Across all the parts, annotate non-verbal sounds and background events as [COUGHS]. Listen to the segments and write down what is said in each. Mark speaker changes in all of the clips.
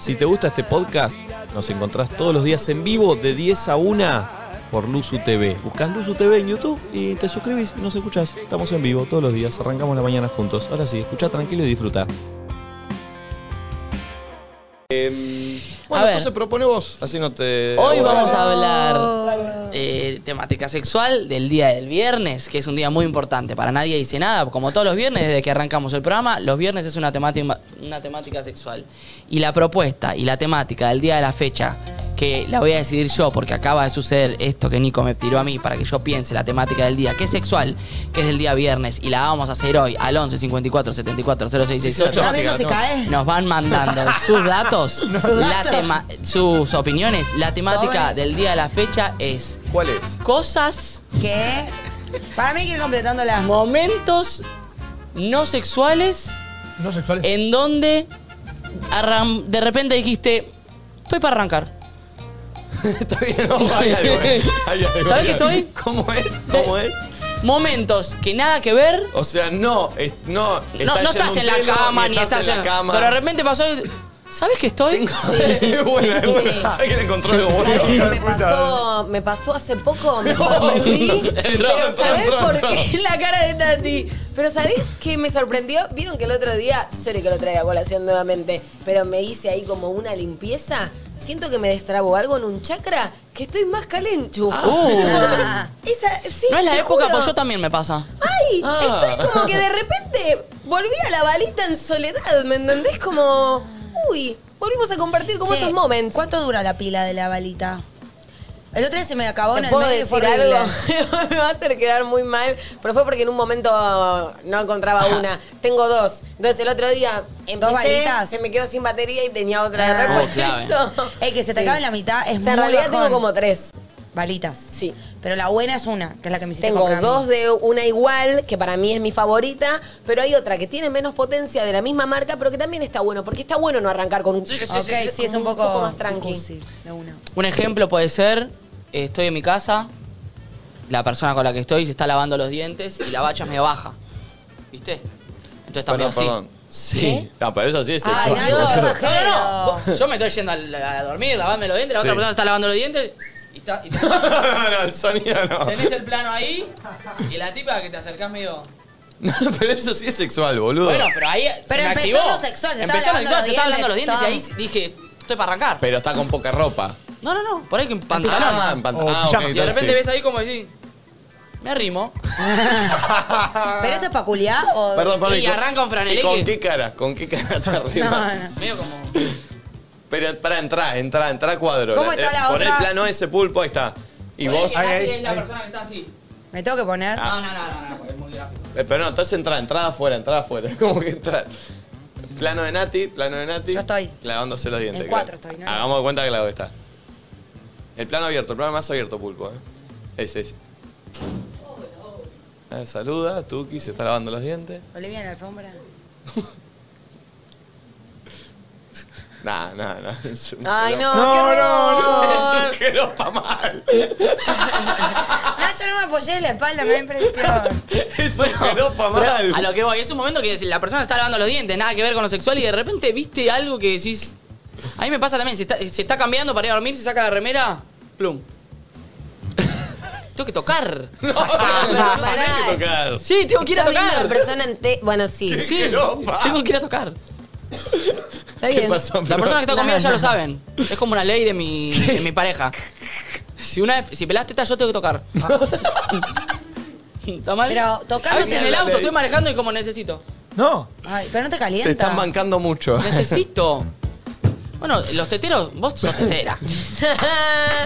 Speaker 1: Si te gusta este podcast, nos encontrás todos los días en vivo de 10 a 1 por Luzu TV. Buscás Luzu TV en YouTube y te suscribís y nos escuchás. Estamos en vivo todos los días, arrancamos la mañana juntos. Ahora sí, escuchá tranquilo y disfruta. Em, bueno,
Speaker 2: A ver.
Speaker 1: entonces propone vos, así no te...
Speaker 2: Hoy vamos a hablar eh, temática sexual del día del viernes, que es un día muy importante. Para nadie dice nada, como todos los viernes, desde que arrancamos el programa, los viernes es una temática, una temática sexual. Y la propuesta y la temática del día de la fecha, que la voy a decidir yo, porque acaba de suceder esto que Nico me tiró a mí para que yo piense la temática del día, que es sexual, que es del día viernes, y la vamos a hacer hoy al 11 54 74 06 68.
Speaker 3: A ver, no se cae.
Speaker 2: Nos van mandando sus datos,
Speaker 3: [LAUGHS] Sus
Speaker 2: la
Speaker 3: datos.
Speaker 2: tema- Ah, sus opiniones. La temática
Speaker 3: Sobre.
Speaker 2: del día de la fecha es [LAUGHS]
Speaker 1: ¿Cuál es?
Speaker 2: cosas,
Speaker 3: ¿Qué? Para mí hay que
Speaker 4: [LAUGHS]
Speaker 3: ir completándola.
Speaker 2: momentos no sexuales
Speaker 5: No sexuales.
Speaker 2: en donde arran- de repente dijiste, estoy para arrancar.
Speaker 1: Está bien, no, hay algo, eh. [LAUGHS] Hay algo,
Speaker 2: ¿Sabés
Speaker 1: hay
Speaker 2: que
Speaker 1: algo.
Speaker 2: estoy?
Speaker 1: ¿Cómo es? ¿Cómo es?
Speaker 2: Momentos que nada que ver.
Speaker 1: O sea, no, es- no,
Speaker 2: No, no estás en la cama ni estás
Speaker 1: en la cama. [LAUGHS]
Speaker 2: Pero de repente pasó... y- ¿Sabes que estoy?
Speaker 1: es buena, es buena.
Speaker 4: Sí.
Speaker 1: ¿Sabés que le encontró algo bueno?
Speaker 4: ¿Sabés qué me
Speaker 5: puta.
Speaker 4: pasó? Me pasó hace poco, me sorprendí.
Speaker 1: [LAUGHS] Entró,
Speaker 4: pero
Speaker 1: entró,
Speaker 4: ¿sabés
Speaker 1: entró,
Speaker 4: por
Speaker 1: entró.
Speaker 4: qué? La cara de Tati. Pero ¿sabés qué me sorprendió? Vieron que el otro día, sorry que lo traiga a colación nuevamente, pero me hice ahí como una limpieza. Siento que me destrabó algo en un chakra que estoy más calenchu. Esa, sí,
Speaker 2: Ah. No es la
Speaker 4: te
Speaker 2: época,
Speaker 4: juro.
Speaker 2: pues yo también me pasa.
Speaker 4: ¡Ay!
Speaker 1: Ah.
Speaker 4: Estoy como que de repente volví a la balita en soledad, ¿me entendés? Como, uy, volvimos a compartir como
Speaker 3: Che,
Speaker 4: esos momentos.
Speaker 3: ¿Cuánto dura la pila de la balita? El otro día se me acabó en
Speaker 4: ¿Te
Speaker 3: el
Speaker 4: puedo
Speaker 3: medio y fue
Speaker 4: decir
Speaker 3: horrible.
Speaker 4: algo? [LAUGHS] me va a hacer quedar muy mal, pero fue porque en un momento no encontraba una. Tengo dos. Entonces el otro día
Speaker 3: Dos
Speaker 4: empecé,
Speaker 3: balitas.
Speaker 4: se me quedó sin batería y tenía otra de
Speaker 3: Ah.
Speaker 4: repuesto.
Speaker 2: Oh, clave.
Speaker 4: [LAUGHS]
Speaker 3: Ey, que se te
Speaker 4: Sí.
Speaker 3: acabe en la mitad es
Speaker 4: O sea, en
Speaker 3: muy
Speaker 4: realidad
Speaker 3: bajón.
Speaker 4: tengo como tres.
Speaker 3: Balitas.
Speaker 4: Sí.
Speaker 3: Pero la buena es una, que es la que me hiciste
Speaker 4: Tengo
Speaker 3: comprar a mí.
Speaker 4: dos de una igual, que para mí es mi favorita, pero hay otra que tiene menos potencia de la misma marca, pero que también está bueno, porque está bueno no arrancar con un...
Speaker 3: Ok, sí, es un poco,
Speaker 4: más tranqui.
Speaker 3: cursi, de una.
Speaker 2: Un ejemplo puede ser, eh, estoy en mi casa, la persona con la que estoy se está lavando los dientes y la bacha me baja. ¿Viste? Entonces está medio
Speaker 1: Perdón,
Speaker 2: así.
Speaker 1: perdón. Sí. No, pero eso sí es
Speaker 4: Ay,
Speaker 1: sexual.
Speaker 4: no,
Speaker 1: Yo creo-
Speaker 2: No,
Speaker 3: bajé.
Speaker 2: no, no. Vos- Yo me estoy yendo a, la- a dormir, lavarme los dientes, la
Speaker 1: Sí.
Speaker 2: otra persona está lavando los dientes y está. Y
Speaker 1: No,
Speaker 2: te-
Speaker 1: [LAUGHS] no, no, el sonido no.
Speaker 2: tenés el plano ahí y la tipa que te acercás medio.
Speaker 1: [LAUGHS] No, pero eso sí es sexual, boludo.
Speaker 2: Bueno, pero ahí. se
Speaker 3: Pero
Speaker 2: me
Speaker 3: empezó
Speaker 2: activó.
Speaker 3: lo sexual, se
Speaker 2: empezó
Speaker 3: estaba
Speaker 2: lo
Speaker 3: lavando
Speaker 2: sexual,
Speaker 3: los
Speaker 2: se estaba hablando los dientes
Speaker 3: dientes,
Speaker 2: y ahí dije, estoy para arrancar.
Speaker 1: Pero está con poca ropa.
Speaker 2: No, no, no. Por ahí que un pantalón.
Speaker 1: Ah, en pant-
Speaker 5: O
Speaker 1: ah, ok,
Speaker 5: pijama.
Speaker 2: y de
Speaker 1: entonces
Speaker 2: repente
Speaker 1: sí.
Speaker 2: ves ahí como decís, me arrimo.
Speaker 4: Ah.
Speaker 3: ¿Pero esto es peculiar o...?
Speaker 1: Perdón, perdón.
Speaker 2: Sí,
Speaker 1: con-
Speaker 2: arranca un franelí
Speaker 1: ¿Y con
Speaker 2: que-
Speaker 1: qué cara? ¿Con qué cara te arribas?
Speaker 2: Medio como.
Speaker 1: Pero para entrar, entrar, entrar cuadro.
Speaker 3: ¿Cómo está la
Speaker 1: Poné el
Speaker 3: otra?
Speaker 1: plano ese pulpo, ahí está. Y
Speaker 2: Ponele
Speaker 1: vos.
Speaker 2: que Nati
Speaker 5: Ahí, ahí,
Speaker 2: es la
Speaker 5: ahí.
Speaker 2: persona que está así.
Speaker 3: ¿Me tengo que poner?
Speaker 2: No, no, no, no, no, porque es muy gráfico.
Speaker 1: Eh, Pero no, estás entrada, entrada afuera, entrada afuera. Como que entra. Plano de Nati, plano de Nati.
Speaker 3: Yo estoy.
Speaker 1: Clavándose los dientes.
Speaker 3: En cuatro
Speaker 1: claro.
Speaker 3: estoy, ¿no?
Speaker 1: Hagamos de cuenta que la está. El plano abierto, el plano más abierto, pulpo, ¿eh? Ese, ese. Ah, saluda, Tuki se está lavando los dientes.
Speaker 3: Olivia en la alfombra.
Speaker 1: Nah, nah, nah. es un
Speaker 4: Ay, no,
Speaker 1: quero-
Speaker 5: No,
Speaker 4: qué
Speaker 5: no,
Speaker 4: horror.
Speaker 1: Es un quero pa' mal.
Speaker 3: Nacho, no me apoyé en la espalda, me da impresión.
Speaker 1: Es un quero pa' mal.
Speaker 2: A lo que voy, es un momento que si la persona está lavando los dientes, nada que ver con lo sexual, y de repente viste algo que decís. A mí me pasa también, se está, se está cambiando para ir a dormir, se saca la remera, plum.
Speaker 4: [LAUGHS]
Speaker 2: tengo que tocar.
Speaker 1: No, no, no, no hay que
Speaker 4: Pará.
Speaker 1: tocar.
Speaker 2: Sí, tengo que ir a
Speaker 4: Estás viendo a
Speaker 2: tocar.
Speaker 3: [LAUGHS]
Speaker 4: la persona ente- Bueno, sí. [LAUGHS]
Speaker 1: Sí.
Speaker 2: Sí,
Speaker 1: Queropa.
Speaker 2: tengo que ir a tocar.
Speaker 4: Está
Speaker 1: ¿Qué
Speaker 4: bien.
Speaker 1: pasó?
Speaker 2: La persona que está conmigo ya
Speaker 4: Nada.
Speaker 2: lo saben. Es como una ley de mi, de mi pareja. Si una vez, si pelás teta, yo tengo que tocar. ¿Está mal?
Speaker 3: Ah. Pero
Speaker 2: A
Speaker 3: tocarnos
Speaker 2: veces en
Speaker 3: en
Speaker 2: el
Speaker 3: el...
Speaker 2: auto estoy manejando y como necesito.
Speaker 5: No.
Speaker 3: Ay, pero no te calienta.
Speaker 1: Te están bancando mucho.
Speaker 2: Necesito. Bueno, los teteros, vos sos
Speaker 3: [LAUGHS]
Speaker 2: tetera.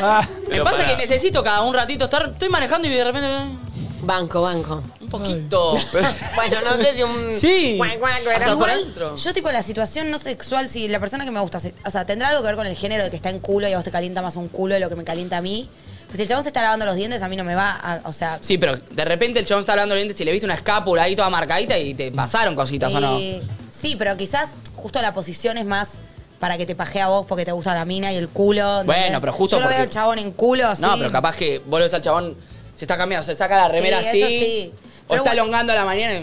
Speaker 5: Ah,
Speaker 2: Me
Speaker 1: Pero
Speaker 2: pasa
Speaker 1: pará.
Speaker 2: que necesito cada un ratito estar. Estoy manejando y de repente. eh,
Speaker 4: Banco, banco.
Speaker 2: Un poquito.
Speaker 1: [LAUGHS]
Speaker 4: Bueno, no sé si un...
Speaker 2: Sí.
Speaker 4: Guac, guac, guac,
Speaker 2: Hasta por
Speaker 4: guac.
Speaker 2: adentro.
Speaker 3: Yo, tipo, la situación no sexual, si la persona que me gusta, se- o sea, tendrá algo que ver con el género de que está en culo y a vos te calienta más un culo de lo que me calienta a mí. Pues si el chabón se está lavando los dientes, a mí no me va a, o sea...
Speaker 2: Sí, pero de repente el chabón está hablando dientes y le viste una escápula ahí toda marcadita y te pasaron cositas o no.
Speaker 3: eh, Sí, pero quizás justo la posición es más para que te paje a vos porque te gusta la mina y el culo. ¿entendés?
Speaker 2: Bueno, pero justo
Speaker 3: Yo lo
Speaker 2: porque-
Speaker 3: veo al chabón en culo, Ah, sí.
Speaker 2: No, pero capaz que vos lo ves al chabón, se está cambiando, se saca la remera
Speaker 3: Sí,
Speaker 2: así.
Speaker 3: eso sí.
Speaker 2: O
Speaker 3: Pero
Speaker 2: está
Speaker 3: bueno.
Speaker 2: elongando a la mañana y.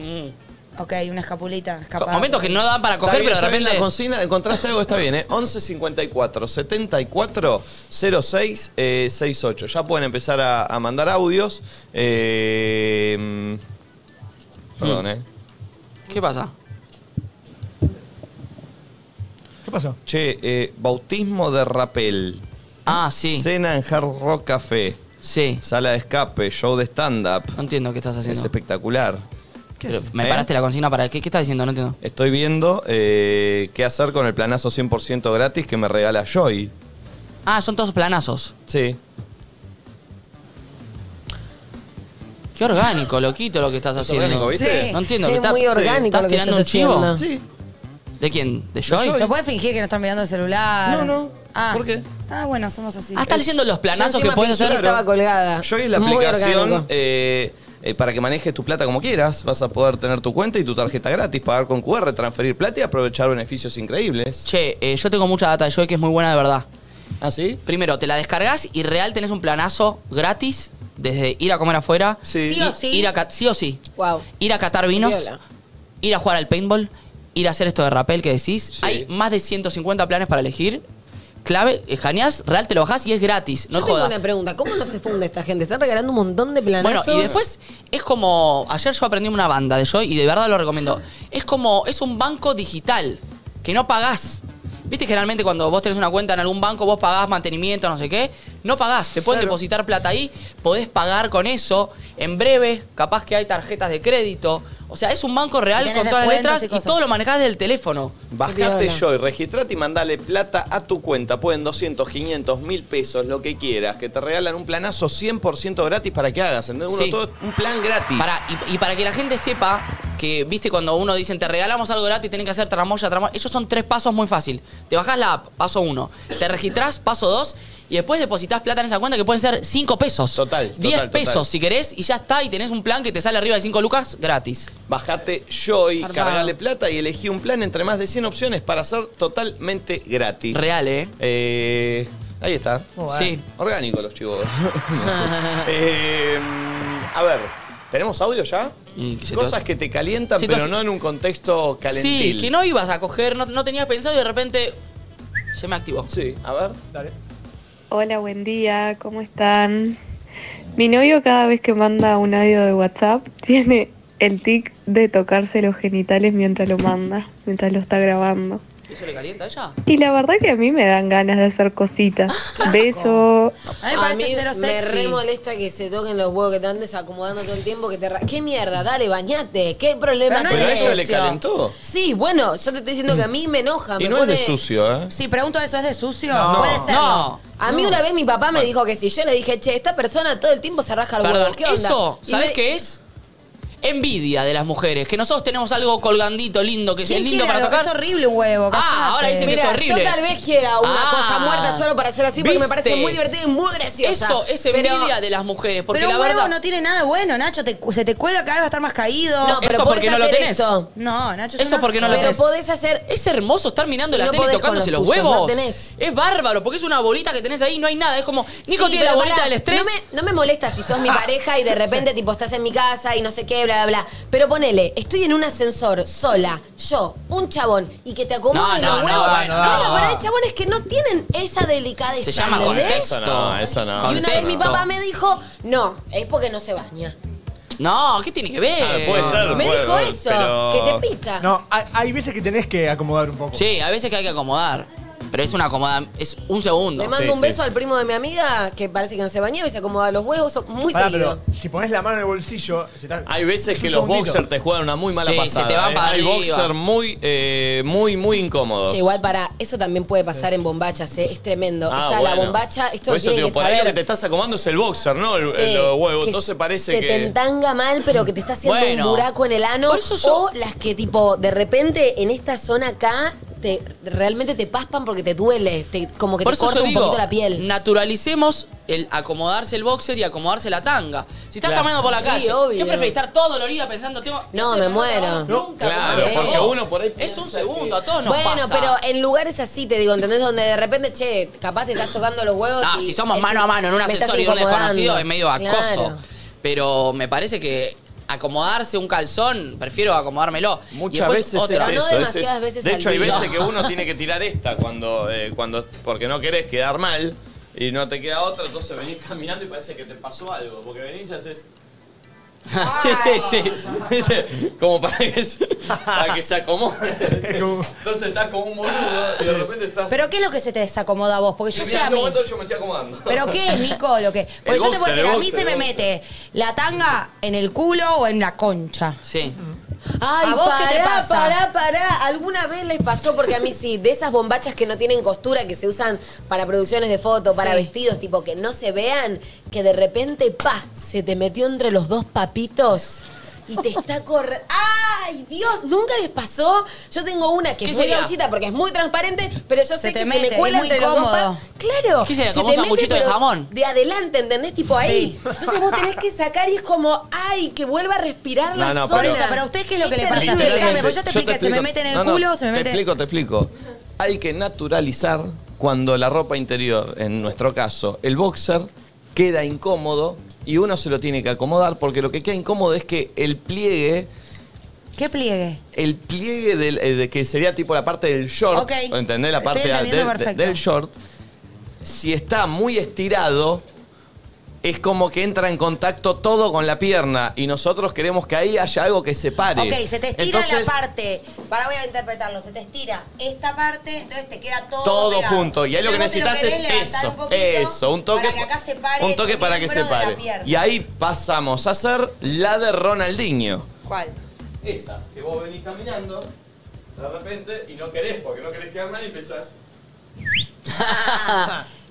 Speaker 2: mm.
Speaker 3: Ok, una escapulita. Escapada.
Speaker 2: Momentos que no dan para
Speaker 1: Está
Speaker 2: coger,
Speaker 1: bien,
Speaker 2: pero de
Speaker 1: está bien
Speaker 2: repente.
Speaker 1: La consigna, encontraste algo,
Speaker 2: [LAUGHS]
Speaker 1: está bien, ¿eh? 11 54 74 06 eh, 68. Ya pueden empezar a, a mandar audios. Eh, mm, perdón, ¿eh?
Speaker 2: ¿Qué pasa?
Speaker 1: ¿Qué pasó? Che, eh, bautismo de rapel.
Speaker 2: Ah, sí.
Speaker 1: Cena en Hard Rock Café.
Speaker 2: Sí.
Speaker 1: Sala de escape, show de stand-up.
Speaker 2: No entiendo qué estás haciendo.
Speaker 1: Es espectacular.
Speaker 2: Me
Speaker 1: ¿Eh?
Speaker 2: paraste la consigna para. ¿Qué, qué estás diciendo? No entiendo.
Speaker 1: Estoy viendo eh, qué hacer con el planazo 100% gratis que me regala Joy.
Speaker 2: Ah, son todos planazos.
Speaker 1: Sí.
Speaker 2: Qué orgánico, [LAUGHS] loquito, lo que estás
Speaker 1: Es
Speaker 2: haciendo.
Speaker 1: orgánico, ¿viste?
Speaker 2: No entiendo.
Speaker 4: Es
Speaker 2: ¿Estás-
Speaker 4: muy orgánico
Speaker 2: ¿Estás
Speaker 4: lo que
Speaker 2: tirando
Speaker 4: estás
Speaker 2: un chivo?
Speaker 4: haciendo.
Speaker 1: Sí.
Speaker 2: ¿De quién? ¿De Joy?
Speaker 3: ¿No pueden fingir que no están mirando el celular?
Speaker 1: No, no.
Speaker 3: Ah.
Speaker 1: ¿Por qué?
Speaker 3: Ah, bueno, somos así.
Speaker 2: Ah, estás leyendo los planazos que
Speaker 4: encima
Speaker 2: puedes
Speaker 4: fingí
Speaker 2: hacer.
Speaker 4: que estaba colgada.
Speaker 2: Ah,
Speaker 1: Joy es la
Speaker 4: Muy
Speaker 1: aplicación
Speaker 4: orgánico.
Speaker 1: eh, eh, para que manejes tu plata como quieras. Vas a poder tener tu cuenta y tu tarjeta gratis, pagar con QR, transferir plata y aprovechar beneficios increíbles.
Speaker 2: Che, eh, yo tengo mucha data de Joy que es muy buena de verdad.
Speaker 1: ¿Ah, sí?
Speaker 2: Primero, te la descargas y real tenés un planazo gratis desde ir a comer afuera.
Speaker 1: Sí.
Speaker 3: Sí o sí.
Speaker 2: Ir a, ca- sí o sí.
Speaker 4: Wow.
Speaker 2: Ir a catar vinos.
Speaker 4: Viola.
Speaker 2: Ir a jugar al paintball. Ir a hacer esto de rappel que decís.
Speaker 1: Sí.
Speaker 2: Hay más de 150 planes para elegir. Clave, escaneás, real te lo bajás y es gratis. No
Speaker 4: Yo
Speaker 2: jodas.
Speaker 4: tengo una pregunta. ¿Cómo no se funde esta gente? Están regalando un montón de
Speaker 2: Bueno,
Speaker 4: planazos.
Speaker 2: y después es como. Ayer yo aprendí una banda de Joy y de verdad lo recomiendo. Es como. Es un banco digital que no pagás. Viste, generalmente cuando vos tenés una cuenta en algún banco, vos pagás mantenimiento, no sé qué. No pagás, te pueden depositar plata ahí, podés pagar con eso. En breve, capaz que hay tarjetas de crédito. O sea, es un banco
Speaker 3: Y
Speaker 2: real
Speaker 3: tenés
Speaker 2: con todas las
Speaker 3: descuentos
Speaker 2: letras
Speaker 3: y
Speaker 2: y,
Speaker 3: cosas.
Speaker 2: todo lo manejás del teléfono.
Speaker 1: Bajate
Speaker 4: Viola.
Speaker 1: Joy, registrate y mandale plata a tu cuenta. Pueden 200, 500, 1000 pesos, lo que quieras. Que te regalan un planazo 100% gratis para que hagas. ¿entendés? Uno
Speaker 2: Sí.
Speaker 1: todo- un plan gratis.
Speaker 2: Para, y, y para que la gente sepa que, viste, cuando uno dicen te regalamos algo gratis, tienen que hacer tramoya, tramoya. Ellos son tres pasos muy fácil. Te bajás la app, paso uno. Te registrás, paso dos. Y después depositas plata en esa cuenta que pueden ser cinco pesos.
Speaker 1: Total, total,
Speaker 2: 10
Speaker 1: total.
Speaker 2: pesos si querés y ya está. Y tenés un plan que te sale arriba de 5 lucas gratis.
Speaker 1: Bajate Joy,
Speaker 4: Zarpado.
Speaker 1: cargale plata y elegí un plan entre más de 100 opciones para ser totalmente gratis.
Speaker 2: Real, ¿eh?
Speaker 1: Eh, ahí está.
Speaker 2: Sí.
Speaker 1: Orgánico los
Speaker 2: [LAUGHS]
Speaker 1: chivos. Eh, a ver, ¿tenemos audio ya?
Speaker 2: Y que se te
Speaker 1: Cosas
Speaker 2: va-
Speaker 1: que te calientan,
Speaker 2: Sí,
Speaker 1: pero
Speaker 2: entonces-
Speaker 1: no en un contexto calentil.
Speaker 2: Sí, que no ibas a coger, no, no tenías pensado y de repente se me activó.
Speaker 1: Sí, a ver.
Speaker 5: Dale.
Speaker 6: Hola, buen día, ¿cómo están? Mi novio cada vez que manda un audio de WhatsApp [LAUGHS] tiene el tic de tocarse los genitales mientras lo manda, mientras lo está grabando.
Speaker 2: ¿Eso le calienta a ella?
Speaker 6: Y la verdad que a mí me dan ganas de hacer cositas. Beso.
Speaker 3: A mí me
Speaker 4: A
Speaker 3: parece
Speaker 4: mí
Speaker 3: cero
Speaker 4: me
Speaker 3: sexy.
Speaker 4: re molesta que se toquen los huevos que te andes acomodando todo el tiempo. que te ra- ¿Qué mierda? Dale, bañate. ¿Qué problema
Speaker 3: Pero no es
Speaker 1: Pero a
Speaker 4: tenés?
Speaker 1: ella le
Speaker 3: negocio.
Speaker 1: calentó.
Speaker 4: Sí, bueno, yo te estoy diciendo que a mí me enoja.
Speaker 1: Y
Speaker 4: me
Speaker 1: no es
Speaker 4: pone-
Speaker 1: de sucio, ¿eh?
Speaker 3: Sí, pregunto eso, ¿es de sucio?
Speaker 1: No.
Speaker 3: Puede ser.
Speaker 2: No.
Speaker 4: A mí una vez mi papá me dijo que si yo le dije, che, esta persona todo el tiempo se raja el
Speaker 2: Perdón,
Speaker 4: huevo. ¿Qué onda?
Speaker 2: eso,
Speaker 4: Y
Speaker 2: ¿sabes
Speaker 4: me-
Speaker 2: qué es? Envidia de las mujeres, que nosotros tenemos algo colgandito, lindo, que es
Speaker 3: ¿Quién
Speaker 2: lindo
Speaker 3: quiere
Speaker 2: para
Speaker 3: algo?
Speaker 2: tocar.
Speaker 3: Es horrible un huevo.
Speaker 2: Ah, ahora dicen que
Speaker 3: Mira,
Speaker 2: es
Speaker 4: Mira,
Speaker 2: horrible.
Speaker 4: Eh, yo tal vez quiera una
Speaker 2: Ah.
Speaker 4: cosa muerta solo para hacer así porque me
Speaker 2: ¿Viste?
Speaker 4: parece muy divertida y muy graciosa.
Speaker 2: Eso es
Speaker 4: Pero-
Speaker 2: envidia de las mujeres, porque
Speaker 3: pero
Speaker 2: la
Speaker 3: un huevo
Speaker 2: verdad.
Speaker 3: no tiene nada bueno, Nacho. Te, se te cuelga cada vez va a estar más caído. Eh,
Speaker 4: No, pero
Speaker 2: Eso
Speaker 4: podés
Speaker 2: porque no lo
Speaker 4: hacer
Speaker 2: tenés.
Speaker 4: esto.
Speaker 3: No, Nacho. es
Speaker 2: Eso
Speaker 3: un
Speaker 2: porque no lo
Speaker 3: asco.
Speaker 4: Pero
Speaker 2: tenés.
Speaker 4: podés hacer...
Speaker 2: Es hermoso estar mirando
Speaker 4: Y
Speaker 2: la
Speaker 4: no
Speaker 2: tele y
Speaker 4: podés
Speaker 2: tocándose
Speaker 4: con
Speaker 2: los,
Speaker 4: los tuyos,
Speaker 2: huevos.
Speaker 4: no tenés.
Speaker 2: Es bárbaro, porque es una bolita que tenés ahí, no hay nada. Es como, Nico
Speaker 4: Sí,
Speaker 2: tiene la
Speaker 4: pero
Speaker 2: bolita
Speaker 4: pará,
Speaker 2: del estrés. Ah.
Speaker 4: No me, no me molesta si sos mi pareja y de repente, tipo, estás en mi casa y no sé qué, bla, bla, bla. Pero ponele, estoy en un ascensor, sola, yo, un chabón, y que te
Speaker 2: No,
Speaker 4: acomoden
Speaker 2: no,
Speaker 4: los
Speaker 2: no,
Speaker 4: huevos.
Speaker 2: bueno, no.
Speaker 4: Bueno, pero hay chabones que no tienen esa delicadeza,
Speaker 2: Se llama
Speaker 4: ¿entendés?
Speaker 2: contexto.
Speaker 1: Eso no, eso no.
Speaker 4: Y una vez mi
Speaker 2: Contexto.
Speaker 4: papá me dijo, no, es porque no se baña.
Speaker 2: No, ¿qué tiene que ver?
Speaker 1: Ah, puede ser.
Speaker 4: Me
Speaker 1: puede
Speaker 4: dijo
Speaker 1: ver,
Speaker 4: eso,
Speaker 1: pero-
Speaker 4: que te pica.
Speaker 5: No, hay, hay veces que tenés que acomodar un poco.
Speaker 2: Sí, a veces que hay que acomodar. Pero es una acomoda, es un segundo.
Speaker 4: Le mando
Speaker 1: Sí,
Speaker 4: un beso
Speaker 1: sí.
Speaker 4: al primo de mi amiga que parece que no se bañó y se acomoda los huevos muy
Speaker 5: Pará,
Speaker 4: seguido.
Speaker 5: pero si pones la mano en el bolsillo, se te-
Speaker 1: Hay veces que
Speaker 5: Un
Speaker 1: los
Speaker 5: segundito.
Speaker 1: boxers te juegan una muy mala
Speaker 2: Sí, se
Speaker 1: pasada.
Speaker 2: te van
Speaker 1: ¿eh?
Speaker 2: para
Speaker 1: Hay
Speaker 2: arriba.
Speaker 1: boxers muy, eh, muy, muy incómodos.
Speaker 4: Che, igual para eso también puede pasar en bombachas, ¿eh? es tremendo.
Speaker 1: Ah,
Speaker 4: Está la
Speaker 1: bueno.
Speaker 4: bombacha, esto
Speaker 1: Por
Speaker 4: lo
Speaker 1: eso
Speaker 4: tienen
Speaker 1: digo,
Speaker 4: que
Speaker 1: por ahí
Speaker 4: saber.
Speaker 1: lo que te estás acomodando es el boxer, ¿no? El, el
Speaker 4: Sí,
Speaker 1: huevo.
Speaker 4: que
Speaker 1: Entonces parece
Speaker 4: se
Speaker 1: que.
Speaker 4: te entanga mal, pero que te está haciendo
Speaker 2: Bueno.
Speaker 4: un buraco en el ano.
Speaker 2: Por eso yo-
Speaker 4: O las que, tipo, de repente en esta zona acá, te, realmente te paspan porque te duele. te- como que
Speaker 2: Por
Speaker 4: te
Speaker 2: eso
Speaker 4: corta
Speaker 2: yo
Speaker 4: un
Speaker 2: digo,
Speaker 4: poquito la piel.
Speaker 2: naturalicemos el acomodarse el boxer y acomodarse la tanga. Si estás
Speaker 5: Claro.
Speaker 2: caminando por la
Speaker 4: Sí,
Speaker 2: calle, ¿qué
Speaker 4: obvio.
Speaker 2: prefieres? Estar todo dolorida pensando, tengo...
Speaker 4: No,
Speaker 2: sé,
Speaker 4: me
Speaker 2: pero
Speaker 4: muero.
Speaker 2: trabajo
Speaker 5: No,
Speaker 2: nunca,
Speaker 1: claro,
Speaker 4: ¿eh?
Speaker 2: no sé.
Speaker 1: porque uno por ahí
Speaker 2: Es
Speaker 1: piensa
Speaker 2: un segundo, a todos nos
Speaker 4: Bueno,
Speaker 2: pasa.
Speaker 4: pero en lugares así, te digo, ¿entendés? Donde de repente, che, capaz te estás tocando los huevos.
Speaker 2: Ah,
Speaker 4: y
Speaker 2: si somos
Speaker 4: es-
Speaker 2: mano a mano en un
Speaker 4: me estás
Speaker 2: ascensor y un
Speaker 4: incomodando.
Speaker 2: desconocido es medio acoso.
Speaker 4: Claro.
Speaker 2: Pero me parece que acomodarse un calzón, prefiero acomodármelo. Y
Speaker 1: Muchas
Speaker 2: después
Speaker 1: veces
Speaker 2: otra.
Speaker 1: es
Speaker 4: Pero no
Speaker 1: eso. es-
Speaker 4: demasiadas veces
Speaker 1: de
Speaker 4: al
Speaker 1: hecho, hay
Speaker 4: día.
Speaker 1: veces que uno tiene que tirar esta cuando, eh, cuando porque no querés quedar mal y no te queda otra, entonces venís caminando y parece que te pasó algo. Porque venís y haces.
Speaker 2: sí, sí, sí.
Speaker 1: como para que, se- para que se acomode. Entonces estás como un boludo y de repente estás.
Speaker 3: ¿Pero qué es lo que se te desacomoda a vos? Porque yo
Speaker 1: Y
Speaker 3: sé
Speaker 1: en
Speaker 3: a
Speaker 1: este
Speaker 3: mí.
Speaker 1: momento yo me estoy acomodando.
Speaker 3: ¿Pero qué es, Nico? Lo
Speaker 2: [LAUGHS]
Speaker 3: que... Porque yo te puedo
Speaker 1: boxer,
Speaker 3: decir,
Speaker 1: el
Speaker 3: a mí
Speaker 1: boxer,
Speaker 3: se me
Speaker 1: el
Speaker 3: mete la tanga en el culo o en la concha.
Speaker 2: Sí.
Speaker 4: Ay,
Speaker 3: ¿A vos
Speaker 4: pará,
Speaker 3: qué te pasa?
Speaker 4: pará, pará. ¿Alguna vez les pasó? Porque a mí sí, de esas bombachas que no tienen costura, que se usan para producciones de foto, para
Speaker 3: Sí.
Speaker 4: vestidos, tipo que no se vean, que de repente, pa, se te metió entre los dos papitos y te está corriendo. ¡Ay, Dios! ¿Nunca les pasó? Yo tengo una que
Speaker 2: ¿Qué
Speaker 4: es muy
Speaker 2: sería?
Speaker 4: gauchita porque es muy transparente, pero yo
Speaker 3: Se
Speaker 4: sé
Speaker 3: te
Speaker 4: que se
Speaker 3: mete,
Speaker 4: me cuela
Speaker 3: es muy
Speaker 4: entre los dos
Speaker 3: cómodo.
Speaker 4: pa- Claro.
Speaker 2: ¿Qué sería,
Speaker 4: se
Speaker 2: como
Speaker 4: te
Speaker 2: un sanguchito de
Speaker 4: pero
Speaker 2: jamón?
Speaker 4: De adelante, ¿entendés? Tipo ahí. Entonces vos tenés que sacar y es como, ¡ay, que vuelva a respirar la
Speaker 1: No, no,
Speaker 4: zona!
Speaker 3: Por
Speaker 1: Pero-
Speaker 3: eso, pero a ustedes qué es lo que les
Speaker 4: Este
Speaker 3: pasa.
Speaker 4: Literalmente.
Speaker 3: Explícame, porque yo te expliqué, se me
Speaker 1: explico.
Speaker 3: mete en el
Speaker 1: No, no,
Speaker 3: culo, se me mete.
Speaker 1: Te explico, te explico. Hay que naturalizar cuando la ropa interior, en nuestro caso, el boxer, queda incómodo y uno se lo tiene que acomodar porque lo que queda incómodo es que el pliegue,
Speaker 3: ¿Qué pliegue?
Speaker 1: el pliegue del, eh, de que sería tipo la parte del short,
Speaker 3: Ok.
Speaker 1: ¿entendés? La
Speaker 3: Estoy
Speaker 1: parte al-
Speaker 3: entendiendo
Speaker 1: del- de-
Speaker 3: perfecto.
Speaker 1: del short, si está muy estirado, es como que entra en contacto todo con la pierna y nosotros queremos que ahí haya algo que separe.
Speaker 3: Ok, se te estira la
Speaker 1: Entonces,
Speaker 3: parte. Para voy a interpretarlo. Se te estira esta parte, entonces te queda todo.
Speaker 1: todo
Speaker 3: pegado.
Speaker 1: junto. Y ahí lo que
Speaker 3: Pero vos te
Speaker 1: necesitas
Speaker 3: querés
Speaker 1: es
Speaker 3: levantar
Speaker 1: eso.
Speaker 3: Un poquito
Speaker 1: eso, un toque.
Speaker 3: Para que acá se pare.
Speaker 1: un toque
Speaker 3: tu
Speaker 1: para que se
Speaker 3: miembro de la
Speaker 1: pare.
Speaker 3: pierna.
Speaker 1: Y ahí pasamos a hacer la de Ronaldinho.
Speaker 3: ¿Cuál?
Speaker 1: Esa, que vos venís caminando de repente y no querés, porque no querés quedar mal y empezás.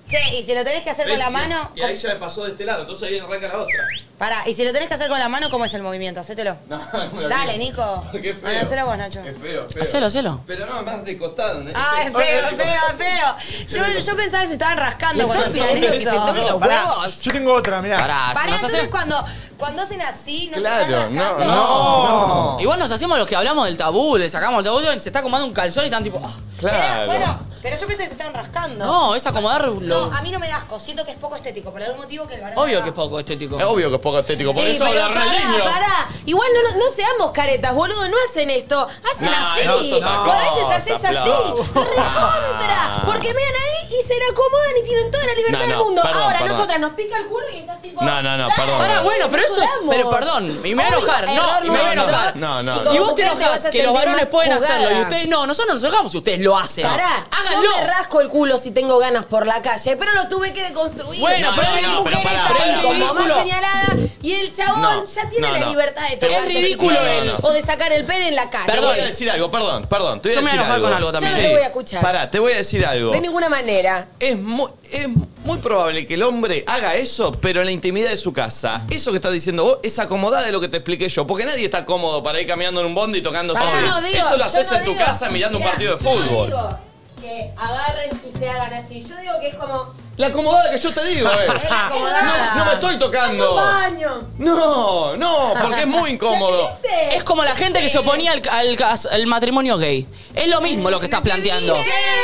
Speaker 3: Che, y si lo tenés que hacer con la mano.
Speaker 1: Y ahí ya me pasó de este lado, entonces ahí arranca la otra. [LAUGHS]
Speaker 3: Pará, y si lo tenés que hacer con la mano, ¿cómo es el movimiento? Hacételo.
Speaker 1: No, no me lo
Speaker 3: Dale,
Speaker 1: digas.
Speaker 3: Nico.
Speaker 1: [LAUGHS] Qué feo.
Speaker 3: Bueno, hacelo vos, Nacho.
Speaker 1: Qué feo, feo.
Speaker 2: Hacelo, hacelo.
Speaker 1: Pero no, más de costado. ¿no?
Speaker 3: Ah, es feo, es feo, es feo. Yo, yo pensaba que se estaban rascando cuando
Speaker 4: están pidiendo
Speaker 3: hacían
Speaker 4: que se
Speaker 3: eso.
Speaker 4: toque los
Speaker 5: Pará,
Speaker 4: huevos.
Speaker 5: yo tengo otra, mirá.
Speaker 2: Pará,
Speaker 3: Pará,
Speaker 2: nos hace-
Speaker 3: entonces cuando, cuando hacen así, no se
Speaker 1: Claro,
Speaker 3: están
Speaker 1: no,
Speaker 3: rascando.
Speaker 1: no.
Speaker 2: Igual nos hacemos los que hablamos del tabú, le sacamos el tabú, se está acomodando un calzón y están tipo. ah.
Speaker 3: Era-
Speaker 1: Claro.
Speaker 3: bueno, pero yo pensé que se estaban rascando.
Speaker 2: No, es acomodar
Speaker 3: No,
Speaker 2: lo.
Speaker 3: a mí no me da asco, siento que es poco estético, por algún motivo que el varón.
Speaker 2: Obvio
Speaker 3: haga-
Speaker 2: que es poco este estético.
Speaker 1: Es obvio que es poco estético, por
Speaker 4: Sí,
Speaker 1: eso
Speaker 4: pero
Speaker 1: habla Ronaldinho.
Speaker 4: pará, pará. Igual no, no, no seamos caretas, boludo. No hacen esto. Hacen
Speaker 1: No,
Speaker 4: así.
Speaker 1: no, es otra
Speaker 4: O a
Speaker 1: cosa,
Speaker 4: veces haces así.
Speaker 1: Flau.
Speaker 4: Recontra. Porque vean ahí y se la acomodan y tienen toda la libertad
Speaker 1: No, no,
Speaker 4: del mundo.
Speaker 1: perdón,
Speaker 4: Ahora
Speaker 1: perdón.
Speaker 4: nosotras nos pica el culo y estás tipo.
Speaker 1: No, no, no, perdón.
Speaker 2: Pará, Ah, bueno, pero eso es.
Speaker 4: Juramos.
Speaker 2: Pero perdón, y me voy a enojar. No,
Speaker 4: error
Speaker 2: y me voy a
Speaker 4: nuestro.
Speaker 2: enojar.
Speaker 1: No, no,
Speaker 4: Y
Speaker 1: no.
Speaker 4: como
Speaker 2: Si vos te
Speaker 4: mujer te
Speaker 2: enojas
Speaker 4: vas a
Speaker 2: que los
Speaker 4: sentir
Speaker 2: varones
Speaker 4: más
Speaker 2: pueden
Speaker 4: juzgada.
Speaker 2: hacerlo y ustedes no, nosotros nos enojamos si ustedes lo hacen.
Speaker 4: Pará,
Speaker 2: Háganlo.
Speaker 4: yo me rasco el culo si tengo ganas por la calle, pero lo tuve que deconstruir.
Speaker 2: Bueno,
Speaker 4: No,
Speaker 2: pero
Speaker 4: no,
Speaker 2: es
Speaker 4: no,
Speaker 2: ridículo,
Speaker 4: mujeres
Speaker 1: pero pará,
Speaker 4: ahí
Speaker 1: pará.
Speaker 4: como más
Speaker 2: Ridículo.
Speaker 4: señalada y el chabón
Speaker 1: No,
Speaker 4: ya tiene
Speaker 1: no,
Speaker 4: la
Speaker 1: no.
Speaker 4: libertad de
Speaker 1: Te voy
Speaker 2: a-
Speaker 4: tocarse si
Speaker 2: Es ridículo
Speaker 4: quiere,
Speaker 2: el-
Speaker 4: O de sacar el pene en la calle.
Speaker 1: Te
Speaker 2: Perdón.
Speaker 1: voy a decir algo, perdón, perdón. Te voy
Speaker 2: Yo
Speaker 1: a
Speaker 2: me voy a
Speaker 1: decir
Speaker 2: enojar con algo también.
Speaker 4: Yo no te voy a escuchar.
Speaker 1: Pará, te voy a decir algo.
Speaker 4: De ninguna manera.
Speaker 1: Es muy, es muy probable que el hombre haga eso, pero en la intimidad de su casa. Eso que estás diciendo vos es acomodada de lo que te expliqué yo, porque nadie está cómodo para ir caminando en un bondi y tocando
Speaker 4: Pará,
Speaker 1: solo.
Speaker 4: yo no digo,
Speaker 1: Eso lo
Speaker 4: yo
Speaker 1: haces
Speaker 4: no
Speaker 1: en tu
Speaker 4: digo.
Speaker 1: casa mirando
Speaker 7: Mirá,
Speaker 1: un partido de
Speaker 7: yo no
Speaker 1: fútbol.
Speaker 7: digo que agarren y se hagan así. Yo digo que es como.
Speaker 1: La acomodada que yo te digo, eh.
Speaker 3: la acomodada.
Speaker 1: No, no me estoy tocando.
Speaker 4: Baño.
Speaker 1: No, no, porque es muy incómodo.
Speaker 4: ¿Viste?
Speaker 2: Es como la gente que se oponía al, al cas- al matrimonio gay. Es lo mismo lo que estás planteando.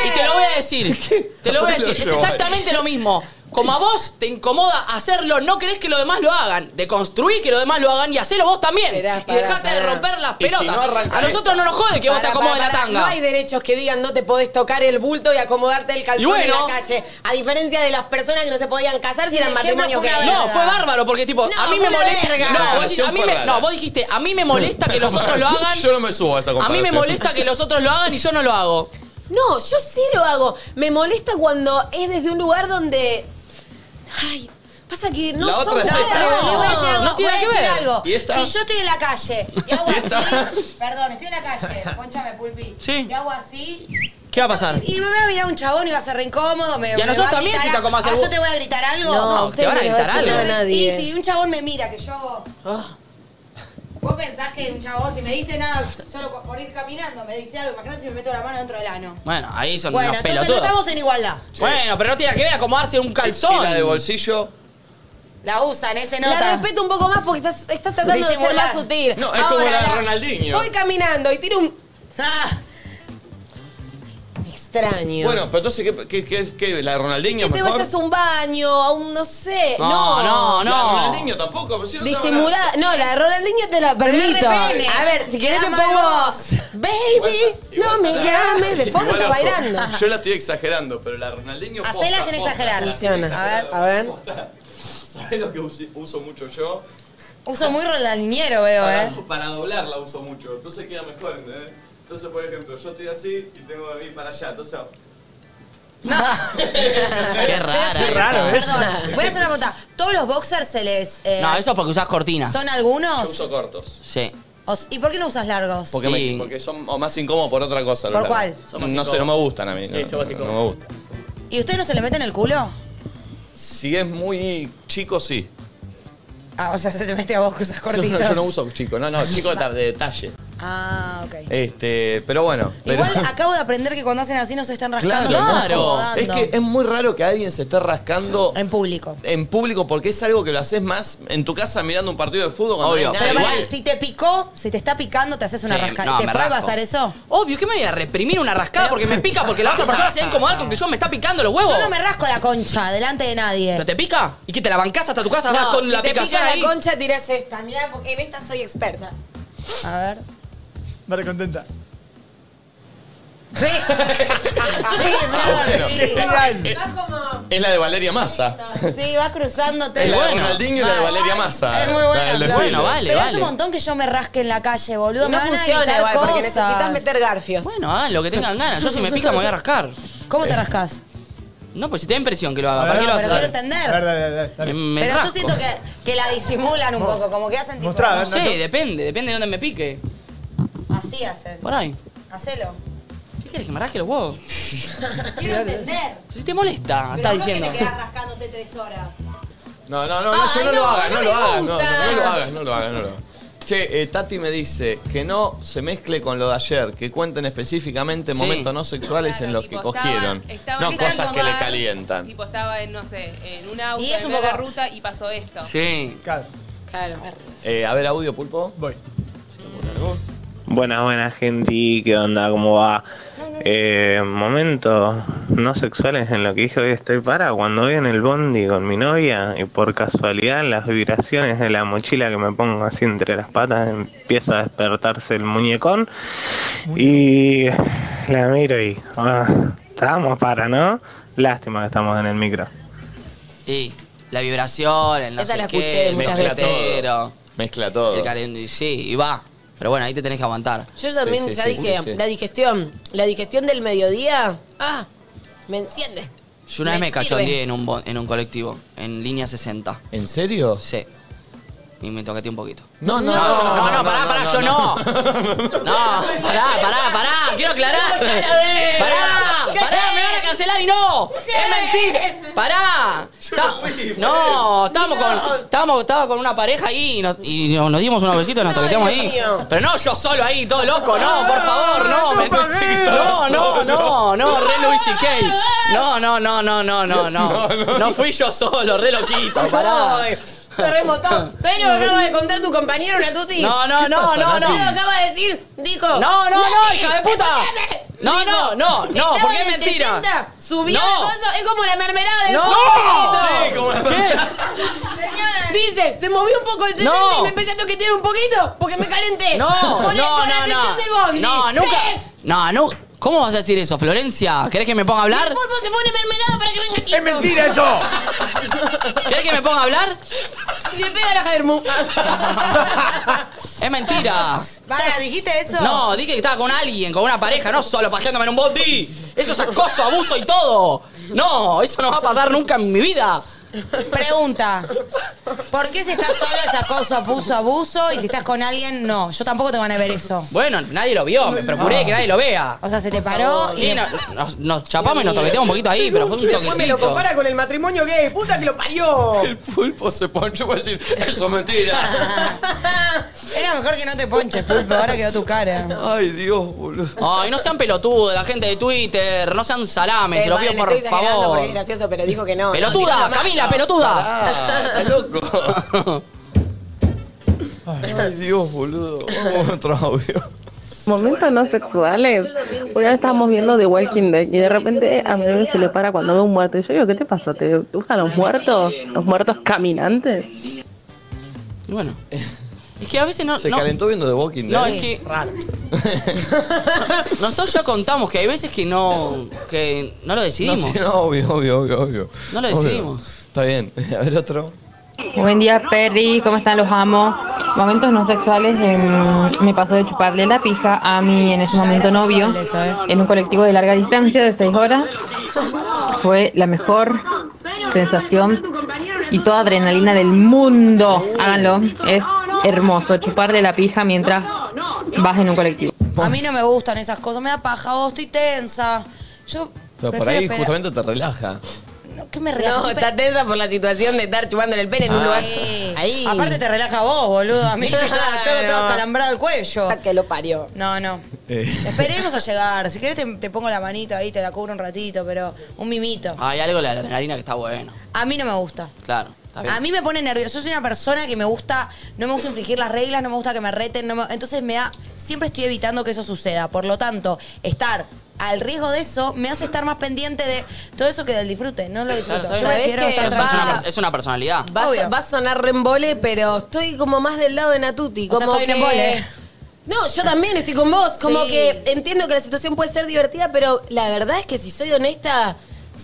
Speaker 2: Y te lo voy a decir. Te lo voy a
Speaker 1: ¿Por [LAUGHS] qué
Speaker 2: decir.
Speaker 1: lo
Speaker 2: Es
Speaker 1: llevo ahí?
Speaker 2: exactamente lo mismo. Como a vos te incomoda hacerlo, no querés que los demás lo hagan. Deconstruí que los demás lo hagan y hacelo vos también.
Speaker 4: Esperá,
Speaker 2: y
Speaker 4: pará,
Speaker 2: dejate de
Speaker 4: pará.
Speaker 2: romper las
Speaker 1: Y si
Speaker 2: pelotas.
Speaker 1: no arranca
Speaker 2: a nosotros no nos jode que vos te
Speaker 4: Pará,
Speaker 2: acomodes
Speaker 4: pará,
Speaker 2: la
Speaker 4: pará.
Speaker 2: tanga.
Speaker 4: No hay derechos que digan no te podés tocar el bulto y acomodarte el calzón
Speaker 2: Y bueno.
Speaker 4: en la calle. A diferencia de las personas que no se podían casar si
Speaker 3: Sí,
Speaker 4: eran
Speaker 3: el ejemplo
Speaker 4: matrimonios
Speaker 3: fue una
Speaker 4: gays.
Speaker 2: No,
Speaker 3: verga.
Speaker 2: fue bárbaro porque tipo,
Speaker 4: No,
Speaker 2: a mí me
Speaker 4: fue una
Speaker 2: molesta.
Speaker 4: verga.
Speaker 2: No, vos, decís, a mí
Speaker 1: Fue
Speaker 2: me,
Speaker 1: rara.
Speaker 2: no, vos dijiste, a
Speaker 1: [LAUGHS]
Speaker 2: mí me molesta que los otros lo hagan.
Speaker 1: Yo no me subo a esa
Speaker 2: A mí
Speaker 1: comparación.
Speaker 2: me molesta que los otros lo hagan y yo no lo hago.
Speaker 4: No, yo sí lo hago. Me molesta cuando es desde un lugar donde. Ay, pasa que no
Speaker 1: La
Speaker 4: somos
Speaker 1: otra es
Speaker 3: No,
Speaker 1: esta.
Speaker 3: perdón,
Speaker 4: No,
Speaker 3: le voy a decir algo.
Speaker 2: no tiene
Speaker 3: voy a
Speaker 2: que
Speaker 3: decir
Speaker 2: ver.
Speaker 3: algo.
Speaker 1: ¿Y esta?
Speaker 3: Si yo estoy en la calle y hago
Speaker 1: [LAUGHS] ¿Y esta?
Speaker 3: así. Perdón, estoy en la calle. Ponchame, Pulpi.
Speaker 2: Sí.
Speaker 3: Y hago así.
Speaker 2: ¿Qué va a pasar?
Speaker 3: Y me voy a mirar un chabón y va a ser re incómodo. Me,
Speaker 2: a
Speaker 3: me
Speaker 2: nosotros
Speaker 3: va
Speaker 2: también
Speaker 3: gritar
Speaker 2: si te
Speaker 3: algo.
Speaker 2: acomodás
Speaker 3: Ah,
Speaker 2: algo.
Speaker 3: yo te voy a gritar algo.
Speaker 2: No, Ah.
Speaker 4: ustedes
Speaker 2: te van a
Speaker 4: les va
Speaker 2: gritar
Speaker 4: decir
Speaker 2: algo.
Speaker 4: nada a nadie.
Speaker 3: Y si un chabón me mira, que yo. Vos pensás que un chabón, si me dice nada, solo por ir caminando, me dice algo. Imagínate si me meto la mano dentro del ano.
Speaker 2: Bueno, ahí son
Speaker 3: Bueno,
Speaker 2: unos
Speaker 3: entonces no
Speaker 2: pelotudos.
Speaker 3: estamos en igualdad.
Speaker 2: Bueno, pero no tiene que ver acomodarse un
Speaker 1: Y
Speaker 2: calzón.
Speaker 1: la de bolsillo.
Speaker 3: La usan, ese nota.
Speaker 4: La respeto un poco más porque estás, estás tratando de ser
Speaker 3: Disimular.
Speaker 4: más sutil.
Speaker 1: No, es como
Speaker 4: Ahora,
Speaker 1: la de Ronaldinho.
Speaker 2: Ah.
Speaker 4: Voy caminando y tiro un.
Speaker 3: Ah,
Speaker 4: Es extraño.
Speaker 1: Bueno, pero entonces, ¿qué, qué, qué- qué? la Ronaldinho
Speaker 4: Que te
Speaker 1: mejor?
Speaker 4: vayas a un baño, a un no sé. No,
Speaker 2: No, no,
Speaker 1: La
Speaker 2: no.
Speaker 1: Ronaldinho tampoco, pero si no te van a-
Speaker 4: Disimulada. No, la de Ronaldinho te la permito.
Speaker 3: RPM.
Speaker 4: A ver, si querés te
Speaker 3: Llámalo.
Speaker 4: pongo. Baby, no me llames. De fondo está
Speaker 1: Igual, ojo,
Speaker 4: bailando.
Speaker 1: Yo la estoy exagerando, pero la Ronaldinho. posta,
Speaker 3: Hacela sin
Speaker 1: posta,
Speaker 3: exagerar.
Speaker 1: la estoy
Speaker 4: Funciona. A ver,
Speaker 1: exagerando,
Speaker 4: a ver.
Speaker 1: posta. ¿Sabés lo que uso, uso mucho yo?
Speaker 3: Uso muy roldaniñero, veo,
Speaker 1: Para,
Speaker 3: ¿eh?
Speaker 1: para doblar la uso mucho. Entonces queda mejor, ¿entendés? Entonces, por ejemplo, yo estoy así y tengo que ir para allá. Entonces,
Speaker 2: Qué rara.
Speaker 5: Qué raro,
Speaker 2: esa.
Speaker 5: ¿eh?
Speaker 3: Perdón, voy a hacer una pregunta. ¿Todos los boxers se les... eh,
Speaker 2: No, eso es porque usás cortinas.
Speaker 3: ¿Son
Speaker 1: yo
Speaker 3: algunos?
Speaker 1: uso cortos.
Speaker 2: Sí.
Speaker 3: Os- ¿Y por qué no usas largos?
Speaker 1: Porque, me-
Speaker 2: Y-
Speaker 1: porque son o más incómodos por otra cosa.
Speaker 3: ¿Por
Speaker 1: la verdad.
Speaker 3: cuál?
Speaker 2: Son más
Speaker 1: No sé, no
Speaker 2: incómodos.
Speaker 1: me gustan a mí.
Speaker 8: Sí,
Speaker 1: no,
Speaker 8: son más
Speaker 1: no, no
Speaker 8: incómodos.
Speaker 1: me gusta.
Speaker 3: ¿Y ustedes no se le meten el culo?
Speaker 1: Si es muy chico, sí.
Speaker 3: Ah, o sea, se te mete a vos que usas
Speaker 8: Yo no-
Speaker 3: cortitos.
Speaker 8: Yo no uso chico, no, no, chico de, de detalle.
Speaker 3: Ah,
Speaker 9: Eh,
Speaker 3: ok.
Speaker 1: [LAUGHS] Este, pero bueno. pero-
Speaker 3: Igual acabo de aprender que cuando hacen así no se están rascando.
Speaker 1: Claro,
Speaker 3: se están
Speaker 2: claro.
Speaker 3: acomodando.
Speaker 1: Es que es muy raro que alguien se esté rascando
Speaker 3: En público.
Speaker 1: en público porque es algo que lo haces más en tu casa mirando un partido de fútbol. cuando
Speaker 2: Obvio.
Speaker 1: no hay
Speaker 3: Pero
Speaker 1: nadie.
Speaker 2: igual-
Speaker 3: pará, si te picó, si te está picando, te haces una
Speaker 2: Sí,
Speaker 3: rascada.
Speaker 2: no,
Speaker 3: ¿Te
Speaker 2: me
Speaker 3: puede
Speaker 2: rasco.
Speaker 3: pasar eso?
Speaker 2: Obvio, ¿qué me voy a reprimir una rascada porque me pica? Porque la otra persona se va a incomodar con que yo me está picando los huevos.
Speaker 3: Yo no me rasco la concha delante de nadie.
Speaker 2: ¿No te pica? ¿Y que te la bancás hasta tu casa? vas
Speaker 4: No,
Speaker 2: con
Speaker 4: si
Speaker 2: la
Speaker 4: te
Speaker 2: picación
Speaker 4: pica
Speaker 2: ahí.
Speaker 4: la concha, tirás esta. Mirá, porque en esta
Speaker 2: [LAUGHS]
Speaker 4: soy experta.
Speaker 3: A ver.
Speaker 5: Dale contenta.
Speaker 3: Sí.
Speaker 2: Ah,
Speaker 3: sí,
Speaker 1: bueno.
Speaker 3: sí.
Speaker 4: Vas como.
Speaker 1: Es la de Valeria Massa.
Speaker 3: Sí, vas cruzándote.
Speaker 1: Es la de
Speaker 2: bueno.
Speaker 1: Ronaldinho y la de Valeria Massa.
Speaker 3: Es muy buena,
Speaker 1: La del
Speaker 3: Flor.
Speaker 1: desfile.
Speaker 2: Bueno, vale,
Speaker 3: Pero
Speaker 2: vale.
Speaker 3: es un montón que yo me rasque en la calle,
Speaker 4: Y no
Speaker 3: boludo. me van a
Speaker 4: funciona
Speaker 3: gritar
Speaker 4: igual, porque
Speaker 3: cosas.
Speaker 4: necesitas meter garfios.
Speaker 2: Bueno, hagan lo que tengan ganas. Yo si
Speaker 3: [LAUGHS]
Speaker 2: me pica me voy a rascar.
Speaker 3: ¿Cómo te rascas?
Speaker 2: No, pues si te da impresión que lo
Speaker 5: A
Speaker 2: haga. ¿Para
Speaker 5: ver,
Speaker 2: qué lo
Speaker 5: no,
Speaker 2: vas a
Speaker 3: Pero
Speaker 2: hacer?
Speaker 3: quiero
Speaker 5: A ver,
Speaker 3: entender.
Speaker 5: dale, dale, dale.
Speaker 2: Me-
Speaker 1: Mm.
Speaker 2: me
Speaker 3: Pero yo
Speaker 2: rasco.
Speaker 3: siento que, que la disimulan un poco, como que hacen tipo.
Speaker 5: Mostrá, a
Speaker 1: Ah,
Speaker 5: ver.
Speaker 2: No sé, depende, depende de dónde me pique.
Speaker 3: Así hacen.
Speaker 2: Por ahí.
Speaker 3: Hacelo.
Speaker 2: ¿Qué querés que me rasque los huevos?
Speaker 3: Quiero entender.
Speaker 2: Si te molesta, estás Ah, diciendo.
Speaker 3: rascándote tres horas.
Speaker 1: No, no, no, Nacho,
Speaker 4: Ay,
Speaker 1: no,
Speaker 4: no,
Speaker 1: lo hagas,
Speaker 4: no
Speaker 1: no
Speaker 4: me
Speaker 1: lo hagas. No,
Speaker 4: gusta.
Speaker 1: no, no lo hagas, no lo hagas, no lo hagas. Che, eh, Tati me dice que no se mezcle con lo de ayer, que cuenten específicamente
Speaker 2: Sí.
Speaker 1: momentos no sexuales en los que
Speaker 7: Tipo, estaba-
Speaker 1: cogieron.
Speaker 7: estaba
Speaker 1: no
Speaker 7: en
Speaker 1: cosas
Speaker 7: algún
Speaker 1: que le
Speaker 7: lugar,
Speaker 1: calientan.
Speaker 7: Tipo, estaba en, no sé, en un auto,
Speaker 3: Y es un
Speaker 7: en la
Speaker 3: poco-
Speaker 7: ruta y pasó esto.
Speaker 2: Sí.
Speaker 5: Claro,
Speaker 4: Claro.
Speaker 1: Eh, a ver, audio pulpo.
Speaker 5: voy.
Speaker 10: Buenas, buenas, gente. ¿Qué onda? ¿Cómo va? Eh, momentos no sexuales en lo que dije hoy estoy para. Cuando voy en el bondi con mi novia y por casualidad las vibraciones de la mochila que me pongo así entre las patas empieza a despertarse el muñecón y la miro y ah, estamos para, ¿no? Lástima que estamos en el micro.
Speaker 2: Y la vibración, el no
Speaker 4: Esa
Speaker 2: sé
Speaker 4: la
Speaker 2: qué,
Speaker 4: escuché
Speaker 2: el
Speaker 4: muchas
Speaker 1: Mezcla
Speaker 4: veces.
Speaker 2: cero,
Speaker 1: todo. Mezcla todo.
Speaker 2: el caliente, y sí, y va. Pero bueno, ahí te tenés que aguantar.
Speaker 4: Yo también
Speaker 1: Sí, sí,
Speaker 4: ya
Speaker 1: sí,
Speaker 4: dije,
Speaker 1: sí, sí.
Speaker 4: la digestión. La digestión del mediodía. Ah, me enciende.
Speaker 2: Yo una vez me
Speaker 4: sirve.
Speaker 2: cachondeé en un, bo- en un colectivo, en línea 60.
Speaker 1: ¿En serio?
Speaker 2: Sí. Y me tocaté un poquito.
Speaker 1: No, no,
Speaker 2: No, yo- no, no, pará, pará, yo no. [LAUGHS] No, pará, pará, pará, quiero
Speaker 4: [LAUGHS]
Speaker 2: aclarar. Pará, pará, me van a cancelar y no. Es mentira. Pará. Ta- No, estábamos con, estábamos, estaba con una pareja ahí y nos, y nos nos dimos unos besitos y nos toqueteamos
Speaker 4: Dios
Speaker 2: ahí.
Speaker 4: mío. Ah,
Speaker 2: Pero no, yo solo ahí, todo loco, no, por favor, no. me- [LAUGHS] No, no, no, no, re Luis y Kay.
Speaker 4: Ah.
Speaker 2: No, no, no, no, no, no, [LAUGHS] no. No fui yo solo, re loquito, pará.
Speaker 4: Ay, Te remotó. Todavía no me acaba de contar tu compañero, una tuti.
Speaker 2: No, no, no, no,
Speaker 4: Todavía
Speaker 2: no.
Speaker 4: lo acaba de decir, dijo.
Speaker 2: No, no, no, hija de puta.
Speaker 4: Escúchame.
Speaker 2: No, no, no, no,
Speaker 4: Estaba
Speaker 2: porque es
Speaker 4: en el
Speaker 2: mentira.
Speaker 4: 60, Subió
Speaker 2: No.
Speaker 4: el coso, es como la mermelada del
Speaker 2: ¡No!
Speaker 4: poquito.
Speaker 1: Sí, como-
Speaker 4: [LAUGHS]
Speaker 2: ¿Qué?
Speaker 4: Dice, se movió un poco el 60
Speaker 2: No.
Speaker 4: y me empecé a toquetear un poquito porque me calenté.
Speaker 2: No,
Speaker 4: Con el-
Speaker 2: no,
Speaker 4: con la
Speaker 2: no,
Speaker 4: presión del bondi.
Speaker 2: no. No, nunca.
Speaker 4: ¿Qué?
Speaker 2: No, no. ¿Cómo vas a decir eso, Florencia? ¿Querés que me ponga a hablar?
Speaker 4: El pulpo se pone mermelada para que venga aquí.
Speaker 5: ¡Es mentira eso!
Speaker 2: ¿Querés que me ponga a hablar?
Speaker 4: [LAUGHS] Y le pega a la [LAUGHS] Javermu.
Speaker 2: Es mentira.
Speaker 3: Para, ¿dijiste eso?
Speaker 2: No, dije que estaba con alguien, con una pareja, no solo pajeándome en un bondi. Eso es acoso, abuso y todo. No, eso no va a pasar nunca en mi vida.
Speaker 3: Pregunta. ¿Por qué si estás solo es acoso, abuso, abuso? Y si estás con alguien, no. Yo tampoco tengo ganas de ver eso.
Speaker 2: Bueno, nadie lo vio, me procuré que nadie lo vea.
Speaker 3: O sea, se te paró y.
Speaker 2: Y no- nos, nos chapamos y nos toqueteamos un poquito ahí, pero fue un toquecito.
Speaker 4: con el matrimonio gay. Puta que lo parió.
Speaker 1: El pulpo se ponchó para decir, eso es mentira.
Speaker 3: Era mejor que no te ponches, pulpo. Ahora quedó tu cara.
Speaker 1: Ay, Dios, boludo.
Speaker 2: Ay, no sean pelotudos, la gente de Twitter, no sean salames,
Speaker 4: Sí,
Speaker 2: se lo pido
Speaker 4: vale,
Speaker 2: por
Speaker 4: estoy exagerando
Speaker 2: favor.
Speaker 4: porque es gracioso, pero dijo que no.
Speaker 2: Pelotuda, Camila, pelotuda.
Speaker 1: Ah, está [LAUGHS] loco. Ay, Dios, boludo. Vamos a otro Oh, audio.
Speaker 6: Momentos no sexuales. Una vez estábamos viendo The Walking Dead y de repente a mi novio se le para cuando ve un muerto. Y yo digo, ¿qué te pasa? ¿Te gustan los muertos? ¿Los muertos caminantes?
Speaker 2: Y bueno. Es que a veces no.
Speaker 1: Se
Speaker 2: no-
Speaker 1: calentó viendo The Walking Dead.
Speaker 2: No, es que. [LAUGHS] Nosotros ya contamos que hay veces que no. que no lo decidimos.
Speaker 1: No, no, obvio, obvio, obvio, obvio.
Speaker 2: No lo
Speaker 1: Obvio.
Speaker 2: decidimos.
Speaker 1: Está bien. [LAUGHS] A ver otro.
Speaker 11: Buen día, Perry. ¿Cómo están? Los amo. Momentos no sexuales. em, me pasó de chuparle la pija a mi, en ese momento, novio en un colectivo de larga distancia de seis horas. Fue la mejor sensación y toda adrenalina del mundo. Háganlo. Es hermoso chuparle la pija mientras vas en un colectivo.
Speaker 3: A mí no me gustan esas cosas, me da paja, vos estoy tensa. Yo
Speaker 1: Pero por
Speaker 3: prefiero
Speaker 1: ahí
Speaker 3: esperar-
Speaker 1: justamente te relaja.
Speaker 3: No, ¿Qué me
Speaker 4: [LAUGHS]
Speaker 3: relaja?
Speaker 4: No, está tensa por la situación de estar chupándole el pene en un
Speaker 3: Ah.
Speaker 4: lugar.
Speaker 3: Sí.
Speaker 4: Ahí.
Speaker 3: Aparte te relaja vos, boludo. A mí
Speaker 4: [LAUGHS]
Speaker 3: que está todo, todo
Speaker 4: Claro.
Speaker 3: calambrado el cuello.
Speaker 4: Ah, que lo parió.
Speaker 3: No, no.
Speaker 2: Eh.
Speaker 3: Esperemos a llegar. Si querés te, te pongo la manito ahí, te la cubro un ratito, pero un mimito.
Speaker 2: Hay algo de la adrenalina que está bueno.
Speaker 3: A mí no me gusta.
Speaker 2: Claro, está bien.
Speaker 3: A mí me pone nervioso. Yo soy una persona que me gusta, no me gusta infligir las reglas, no me gusta que me reten, no me- entonces me da, siempre estoy evitando que eso suceda. Por lo tanto, estar al riesgo de eso me hace estar más pendiente de todo eso que del disfrute. No lo disfruto.
Speaker 2: Claro,
Speaker 3: Yo
Speaker 2: está bien.
Speaker 3: prefiero
Speaker 4: ¿Sabés qué?
Speaker 2: Es
Speaker 3: estar
Speaker 2: una
Speaker 3: tranquila.
Speaker 2: per- es una personalidad.
Speaker 4: Va,
Speaker 3: Obvio.
Speaker 4: a, va a sonar rembole, pero estoy como más del lado de Natuti.
Speaker 3: O sea,
Speaker 4: Como
Speaker 3: estoy en
Speaker 4: que...
Speaker 3: embole.
Speaker 4: No, yo también estoy con vos. Como
Speaker 3: Sí.
Speaker 4: que entiendo que la situación puede ser divertida, pero la verdad es que si soy honesta,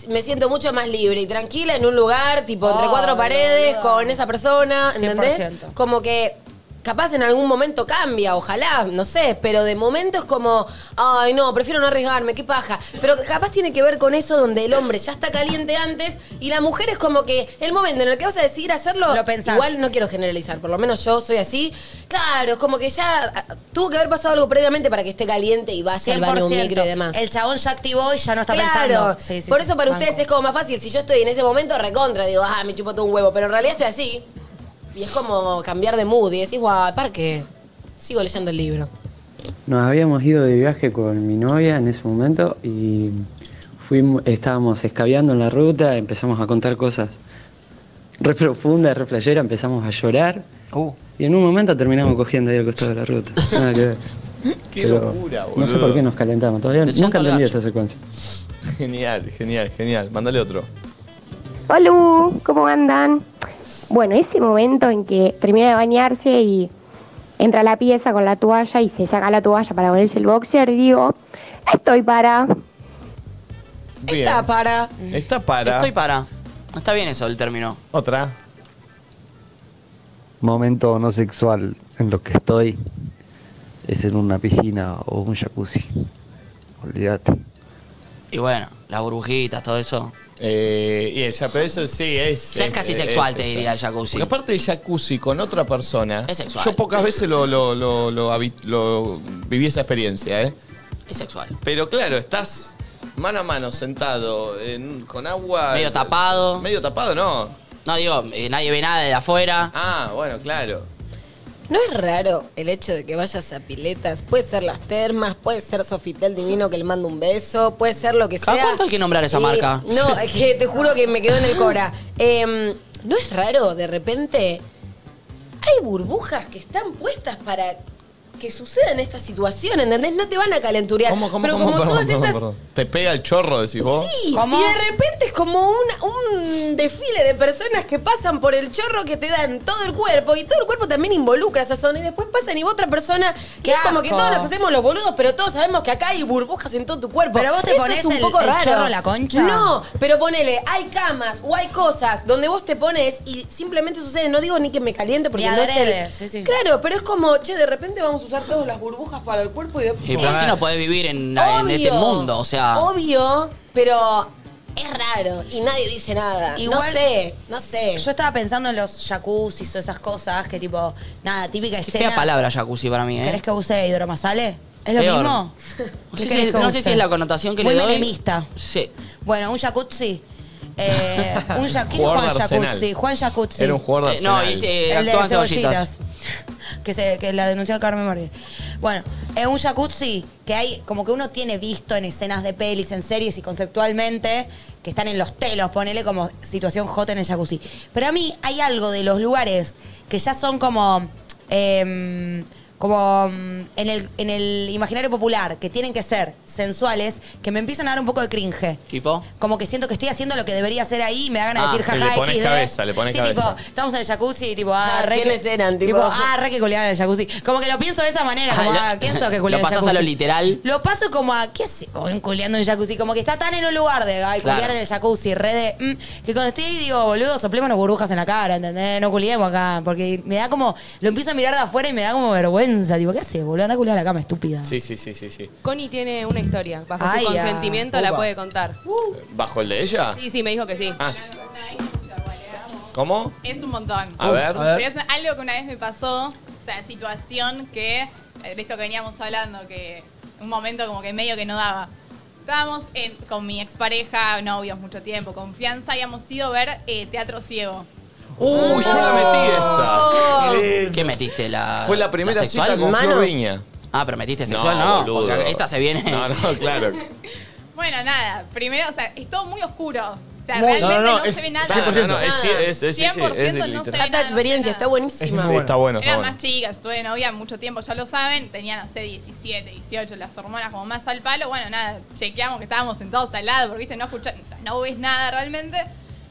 Speaker 4: me siento mucho más libre y tranquila en un lugar, tipo entre
Speaker 3: Oh,
Speaker 4: cuatro paredes,
Speaker 3: boluda.
Speaker 4: con esa persona, ¿entendés?
Speaker 3: 100%.
Speaker 4: Como que capaz en algún momento cambia, ojalá, no sé, pero de momento es como, ay no, prefiero no arriesgarme, qué paja. Pero capaz tiene que ver con eso donde el hombre ya está caliente antes y la mujer es como que el momento en el que vas a decidir hacerlo,
Speaker 3: Lo pensás.
Speaker 4: igual no quiero generalizar, por lo menos yo soy así. Claro, es como que ya ah, tuvo que haber pasado algo previamente para que esté caliente y vaya al baño a un micro y
Speaker 3: 100%.
Speaker 4: demás.
Speaker 3: El chabón ya activó y ya no está
Speaker 4: Claro,
Speaker 3: pensando. Sí, sí,
Speaker 4: por
Speaker 3: sí,
Speaker 4: eso para
Speaker 3: banco.
Speaker 4: ustedes es como más fácil. Si yo estoy en ese momento recontra, digo, ah, me chupo todo un huevo, pero en realidad estoy así. Y es como cambiar de mood y decís, guau, ¿para qué? Sigo leyendo el libro.
Speaker 12: Nos habíamos ido de viaje con mi novia en ese momento y fuimos, estábamos escabeando en la ruta, empezamos a contar cosas re profundas, re flasheras, empezamos a llorar
Speaker 2: Uh,
Speaker 12: y en un momento terminamos cogiendo ahí al costado de la ruta. Nada que ver.
Speaker 1: Qué
Speaker 12: Pero
Speaker 1: locura,
Speaker 12: No sé
Speaker 1: boludo.
Speaker 12: por qué nos calentamos, todavía
Speaker 1: Del Santo
Speaker 12: nunca
Speaker 1: al
Speaker 12: entendí
Speaker 1: Gallo.
Speaker 12: esa secuencia.
Speaker 1: Genial, genial, genial. Mándale otro.
Speaker 13: Hola, ¿cómo andan? Bueno, ese momento en que termina de bañarse y entra a la pieza con la toalla y se saca la toalla para ponerse el boxer, digo, estoy para.
Speaker 1: Bien.
Speaker 2: Está
Speaker 4: para.
Speaker 1: Está para.
Speaker 2: Estoy para. Está bien eso el término.
Speaker 1: Otra.
Speaker 14: Momento no sexual en lo que estoy es en una piscina o un jacuzzi. Olvídate.
Speaker 2: Y bueno, las burbujitas, todo eso.
Speaker 1: Eh, y el ya- pero eso sí es.
Speaker 2: Ya es casi sexual, te diría, el jacuzzi.
Speaker 1: Porque aparte de jacuzzi con otra persona.
Speaker 2: Es sexual.
Speaker 1: Yo pocas veces lo, lo, lo- lo habi- lo viví esa experiencia, ¿eh?
Speaker 2: Es sexual.
Speaker 1: Pero claro, estás mano a mano, sentado, en- con agua.
Speaker 2: Medio tapado.
Speaker 1: Medio tapado, no.
Speaker 2: No, digo, eh, nadie ve nada de afuera.
Speaker 1: Ah, bueno, claro.
Speaker 4: ¿No es raro el hecho de que vayas a piletas? Puede ser las termas, puede ser Sofitel Divino que le mando un beso, puede ser lo que
Speaker 2: ¿A
Speaker 4: sea.
Speaker 2: cuánto hay que nombrar esa
Speaker 4: Y-
Speaker 2: marca? [LAUGHS]
Speaker 4: No, es que te juro que me quedó en el Cora. Em, ¿No es raro de repente? Hay burbujas que están puestas para que sucedan estas situaciones, ¿entendés? No te van a calenturear. Pero como todas esas.
Speaker 1: Te pega el chorro, decís vos.
Speaker 4: Sí, y de repente es como una- un desfile de personas que pasan por el chorro que te dan todo el cuerpo y todo el cuerpo también involucra esa zona y después pasan y va otra persona que
Speaker 3: ¡Qué
Speaker 4: es como que
Speaker 3: asco!
Speaker 4: todos nos hacemos los boludos, pero todos sabemos que acá hay burbujas en todo tu cuerpo.
Speaker 3: Pero vos te
Speaker 4: Eso
Speaker 3: ponés
Speaker 4: es un
Speaker 3: el-
Speaker 4: poco
Speaker 3: el
Speaker 4: raro.
Speaker 3: chorro en la concha.
Speaker 4: No, pero ponele, hay camas o hay cosas donde vos te pones y simplemente sucede, no digo ni que me caliente porque
Speaker 3: Ni
Speaker 4: no es el-
Speaker 3: adrede, sí, sí.
Speaker 4: Claro, pero es como, che, de repente vamos a usar todas las burbujas para el cuerpo y después
Speaker 2: Y Eh, pero así no podés vivir en, en este
Speaker 4: Obvio.
Speaker 2: mundo, o sea.
Speaker 4: Obvio, pero es raro y nadie dice nada.
Speaker 3: Igual-
Speaker 4: no sé, no sé.
Speaker 3: Yo estaba pensando en los jacuzzis o esas cosas que tipo, nada, típica
Speaker 2: Qué
Speaker 3: escena.
Speaker 2: fea palabra jacuzzi para mí, ¿eh?
Speaker 3: ¿Querés que use hidromasale? ¿Es lo
Speaker 2: Peor.
Speaker 3: mismo?
Speaker 2: No
Speaker 3: ¿Qué
Speaker 2: sé, si
Speaker 3: querés
Speaker 2: es,
Speaker 3: que
Speaker 2: no sé
Speaker 3: use?
Speaker 2: si es la connotación que
Speaker 3: Muy
Speaker 2: le doy.
Speaker 3: menemista. Eh,
Speaker 2: Sí.
Speaker 3: Bueno, un jacuzzi.
Speaker 2: [LAUGHS]
Speaker 3: Eh, un ja- ¿Quién es
Speaker 2: Jugador
Speaker 3: Juan
Speaker 2: de Arsenal.
Speaker 3: Jacuzzi? Juan Jacuzzi.
Speaker 2: Era un jugador de Eh, no, Arsenal. y ese,
Speaker 3: El de
Speaker 2: actuaba en
Speaker 3: Cebollitas. Que, se, que la denunció Carmen Morgan. Bueno, es un jacuzzi que hay, como que uno tiene visto en escenas de pelis, en series y conceptualmente, que están en los telos, ponele como situación hot en el jacuzzi. Pero a mí hay algo de los lugares que ya son como. em, como mm, en el, en el imaginario popular, que tienen que ser sensuales, que me empiezan a dar un poco de cringe.
Speaker 2: ¿Tipo?
Speaker 3: Como que siento que estoy haciendo lo que debería hacer ahí y me da ganas de
Speaker 1: Ah,
Speaker 3: decir
Speaker 1: que
Speaker 3: jaja,
Speaker 1: le pones
Speaker 3: XD".
Speaker 1: cabeza, le pones
Speaker 3: sí,
Speaker 1: cabeza.
Speaker 3: tipo, estamos en el jacuzzi y tipo, ah,
Speaker 4: Ah,
Speaker 3: re
Speaker 4: ¿quiénes
Speaker 3: que-
Speaker 4: eran? Tipo- [LAUGHS]
Speaker 3: ah, re que culiaban en el jacuzzi. Como que lo pienso de esa manera, como, ah, ¿quién sos que
Speaker 2: Lo
Speaker 3: culiaba en el
Speaker 2: pasás
Speaker 3: jacuzzi?
Speaker 2: a lo literal.
Speaker 3: Lo paso como a, ¿qué sé? O un culeando en el jacuzzi. Como que está tan en un lugar de, ay,
Speaker 2: Claro.
Speaker 3: culear en el jacuzzi, re de, mm, que cuando estoy ahí digo, boludo, soplémonos burbujas en la cara, ¿entendés? No culiemos acá. Porque me da como, lo empiezo a mirar de afuera y me da como vergüenza. Digo, ¿qué haces, boludo? Anda a culiar a la cama, estúpida.
Speaker 1: Sí, sí, sí, sí, sí.
Speaker 15: Connie tiene una historia. Bajo
Speaker 3: Ay,
Speaker 15: su
Speaker 3: ah.
Speaker 15: consentimiento la
Speaker 1: Opa.
Speaker 15: puede contar.
Speaker 1: ¿Bajo el de ella?
Speaker 15: Sí, sí, me dijo que sí.
Speaker 1: Ah. ¿Cómo?
Speaker 9: Es un montón.
Speaker 1: A ver. A ver.
Speaker 9: Pero es algo que una vez me pasó, o sea, situación que, eh, de esto que veníamos hablando, que un momento como que medio que no daba. Estábamos en- con mi expareja, novios mucho tiempo, confianza, habíamos ido a ver eh, Teatro Ciego.
Speaker 2: Oh.
Speaker 1: ¡Uh, yo la metí esa!
Speaker 2: ¿Qué metiste? La,
Speaker 1: Fue la primera
Speaker 2: sexual?
Speaker 1: cita con Flor Viña.
Speaker 2: Ah, pero metiste sexual, no.
Speaker 1: boludo.
Speaker 2: porque esta se viene. [LAUGHS]
Speaker 1: No, no, claro.
Speaker 9: Bueno, nada, primero, o sea, es todo muy oscuro. O sea,
Speaker 1: Muy.
Speaker 9: realmente
Speaker 1: No,
Speaker 9: no,
Speaker 1: no, no, es
Speaker 9: se ve nada.
Speaker 1: 100%. No, no, es-
Speaker 9: Nada.
Speaker 1: es- es- sí, sí, es
Speaker 9: 100% no se ve
Speaker 1: literal.
Speaker 4: Esta
Speaker 9: nada.
Speaker 4: experiencia está buenísima.
Speaker 1: Sí, Está bueno, está
Speaker 9: Eran
Speaker 1: bueno.
Speaker 9: más chicas, estuve de novia mucho tiempo, ya lo saben. Tenían, no sé, 17, 18, las hormonas como más al palo. Bueno, nada, chequeamos que estábamos sentados al lado, porque viste, no escuchas, no ves nada realmente.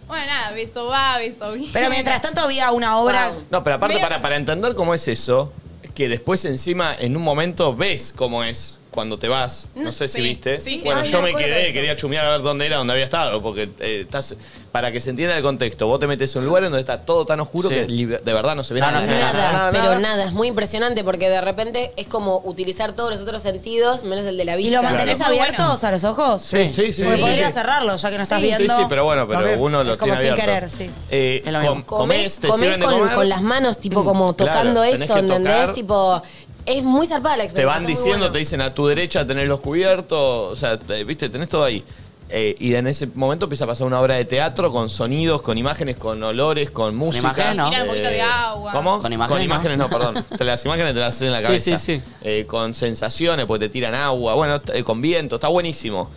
Speaker 9: Bueno, nada, beso va, beso viene.
Speaker 3: Pero mientras tanto había una obra.
Speaker 1: No, pero aparte, para, para entender cómo es eso, que después encima, en un momento, ves cómo es cuando te vas. No
Speaker 9: No,
Speaker 1: sé si
Speaker 9: sí,
Speaker 1: viste.
Speaker 9: sí, sí.
Speaker 1: bueno,
Speaker 9: Ay,
Speaker 1: yo
Speaker 9: me
Speaker 1: me
Speaker 9: acuerdo de
Speaker 1: quedé,
Speaker 9: eso.
Speaker 1: quería chumear a ver dónde era, dónde había estado, porque eh, estás... Para que se entienda el contexto, vos te metes en un lugar en donde está todo tan oscuro que libe- de verdad no se ve
Speaker 2: No, no
Speaker 1: nada.
Speaker 2: se ve nada,
Speaker 4: Pero nada, es muy impresionante porque de repente es como utilizar todos los otros sentidos menos el de la vista.
Speaker 3: ¿Y lo mantenés
Speaker 4: Claro.
Speaker 3: abiertos a los ojos?
Speaker 1: Sí, sí, sí.
Speaker 3: Porque
Speaker 1: Sí.
Speaker 3: podría cerrarlo ya que no estás
Speaker 1: Sí,
Speaker 3: viendo.
Speaker 1: Sí, sí, pero bueno, pero
Speaker 3: También.
Speaker 1: uno lo
Speaker 3: Es como
Speaker 1: tiene
Speaker 3: sin
Speaker 1: abierto.
Speaker 3: querer, sí.
Speaker 1: Eh, com-
Speaker 4: Comés,
Speaker 1: comés, te
Speaker 4: comés
Speaker 1: sirven de
Speaker 4: con,
Speaker 1: comer,
Speaker 4: con las manos, tipo como
Speaker 1: Claro,
Speaker 4: tocando
Speaker 1: tenés
Speaker 4: eso,
Speaker 1: que
Speaker 4: ¿entendés?
Speaker 1: tocar.
Speaker 4: Tipo, es muy zarpada la
Speaker 1: te
Speaker 4: experiencia.
Speaker 1: van
Speaker 4: está muy
Speaker 1: diciendo,
Speaker 4: bueno.
Speaker 1: te dicen a tu derecha tenés los cubiertos, o sea, te- viste, tenés todo ahí. Eh, y en ese momento empieza a pasar una obra de teatro con sonidos, con imágenes, con olores, con música. Eh,
Speaker 2: imágenes no. Tiran un poquito de agua.
Speaker 1: ¿Cómo?
Speaker 2: Con imágenes
Speaker 1: Con
Speaker 2: no.
Speaker 1: imágenes
Speaker 2: [LAUGHS]
Speaker 1: no, perdón. Te las imágenes te las haces en la
Speaker 2: Sí,
Speaker 1: cabeza.
Speaker 2: sí, sí.
Speaker 1: Eh, con sensaciones, porque te tiran agua, bueno, t- eh, con viento, está buenísimo.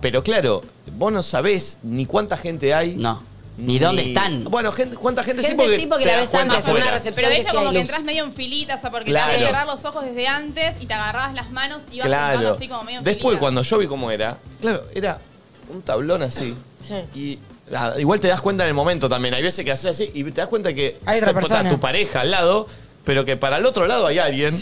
Speaker 1: Pero claro, vos no sabés ni cuánta gente hay.
Speaker 2: No. Ni dónde están.
Speaker 1: Bueno, gente, cuánta gente,
Speaker 4: Gente sí, porque
Speaker 1: te
Speaker 4: la ves
Speaker 1: das cuenta
Speaker 4: antes, en una
Speaker 1: afuera.
Speaker 4: recepción.
Speaker 9: Pero de hecho
Speaker 4: Sí, hay
Speaker 9: como que
Speaker 4: luz.
Speaker 9: entras medio en filita, o sea, porque
Speaker 1: Claro.
Speaker 9: te que cerrar los ojos desde antes y te agarrabas las manos y ibas sentando
Speaker 1: Claro.
Speaker 9: así como medio en
Speaker 1: Después,
Speaker 9: filita.
Speaker 1: cuando yo vi cómo era, claro, era un tablón así. Y ah, igual te das cuenta en el momento también. Hay veces que haces así y te das cuenta que
Speaker 3: Hay otra
Speaker 1: está- está
Speaker 3: persona.
Speaker 1: tu pareja al lado, pero que para el otro lado hay alguien.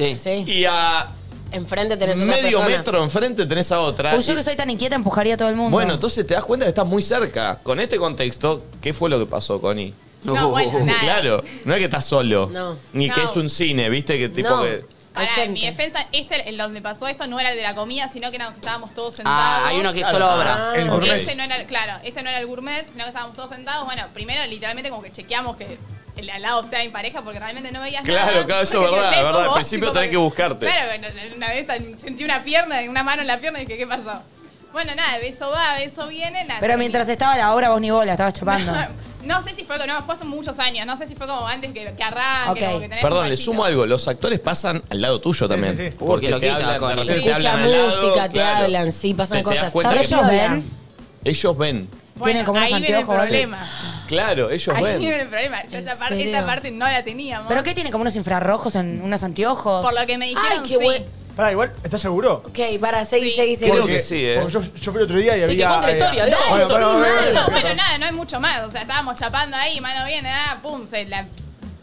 Speaker 1: Y a
Speaker 4: Enfrente tenés otras
Speaker 1: medio
Speaker 4: personas.
Speaker 1: metro enfrente tenés a otra.
Speaker 3: Uy, yo
Speaker 1: Y-
Speaker 3: que soy tan inquieta empujaría a todo el mundo.
Speaker 1: bueno, entonces te das cuenta que estás muy cerca. Con este contexto, ¿qué fue lo que pasó, Connie?
Speaker 2: Uh.
Speaker 9: No, bueno, nada.
Speaker 1: Claro, no es que estás solo.
Speaker 9: No.
Speaker 1: Ni que
Speaker 9: No.
Speaker 1: es un cine, ¿viste? Que tipo que.
Speaker 9: Pará, en mi defensa, este, el donde pasó esto no era el de la comida, sino que, era que estábamos todos sentados.
Speaker 2: Ah, hay uno que es solo obra.
Speaker 1: El gourmet.
Speaker 9: Este no era, claro, este no era el gourmet, sino que estábamos todos sentados. Bueno, primero literalmente como que chequeamos que el al lado sea mi pareja porque realmente no veías nada.
Speaker 1: Claro, claro, eso es
Speaker 9: Porque
Speaker 1: verdad,
Speaker 9: che, sos
Speaker 1: verdad. Al
Speaker 9: vos,
Speaker 1: principio
Speaker 9: tipo,
Speaker 1: tenés que buscarte.
Speaker 9: Claro, bueno, una vez sentí una pierna, una mano en la pierna y dije, ¿qué pasó? Bueno, nada, beso va, beso viene, nada.
Speaker 3: Pero mientras estaba la obra, vos ni bola, estabas
Speaker 1: [LAUGHS]
Speaker 3: chapando.
Speaker 9: [LAUGHS] No sé si fue, no, fue hace muchos años, no sé si fue como antes que, que arranque,
Speaker 3: Ok.
Speaker 9: como que tenés
Speaker 1: Perdón,
Speaker 9: un
Speaker 1: le sumo algo. Los actores pasan al lado tuyo también.
Speaker 2: Uy, qué loquita, Connie.
Speaker 1: de repente
Speaker 4: Escucha
Speaker 1: hablan al lado,
Speaker 4: música, te
Speaker 1: claro.
Speaker 4: hablan, sí, pasan
Speaker 1: Te- te das
Speaker 4: cosas.
Speaker 1: cuenta
Speaker 4: Está re
Speaker 1: que-
Speaker 4: piola.
Speaker 1: Ellos ven.
Speaker 9: Bueno,
Speaker 3: ¿eh? como unos
Speaker 9: ahí viene el
Speaker 3: anteojos, ¿vale?
Speaker 9: problema.
Speaker 1: Claro, ellos
Speaker 9: Ahí
Speaker 1: ven.
Speaker 9: viene el problema. Yo esa parte,
Speaker 3: serio?
Speaker 9: esa parte no la teníamos.
Speaker 3: ¿Pero qué tiene? ¿Como unos infrarrojos en unos anteojos?
Speaker 9: Por lo que me dijeron, sí.
Speaker 5: Pará, igual, ¿estás seguro?
Speaker 4: Ok, para, seguí, seguí, seguí.
Speaker 5: Porque-
Speaker 1: eh.
Speaker 5: porque Yo, yo fui el otro día y había.
Speaker 4: cuente la historia,
Speaker 5: eh,
Speaker 4: dale,
Speaker 5: bueno,
Speaker 4: sí,
Speaker 5: pará,
Speaker 4: mal.
Speaker 5: pará, pará,
Speaker 9: No,
Speaker 5: pará.
Speaker 9: bueno, nada, no hay mucho más. O sea, estábamos chapando ahí, mano viene, ah, pum, se la...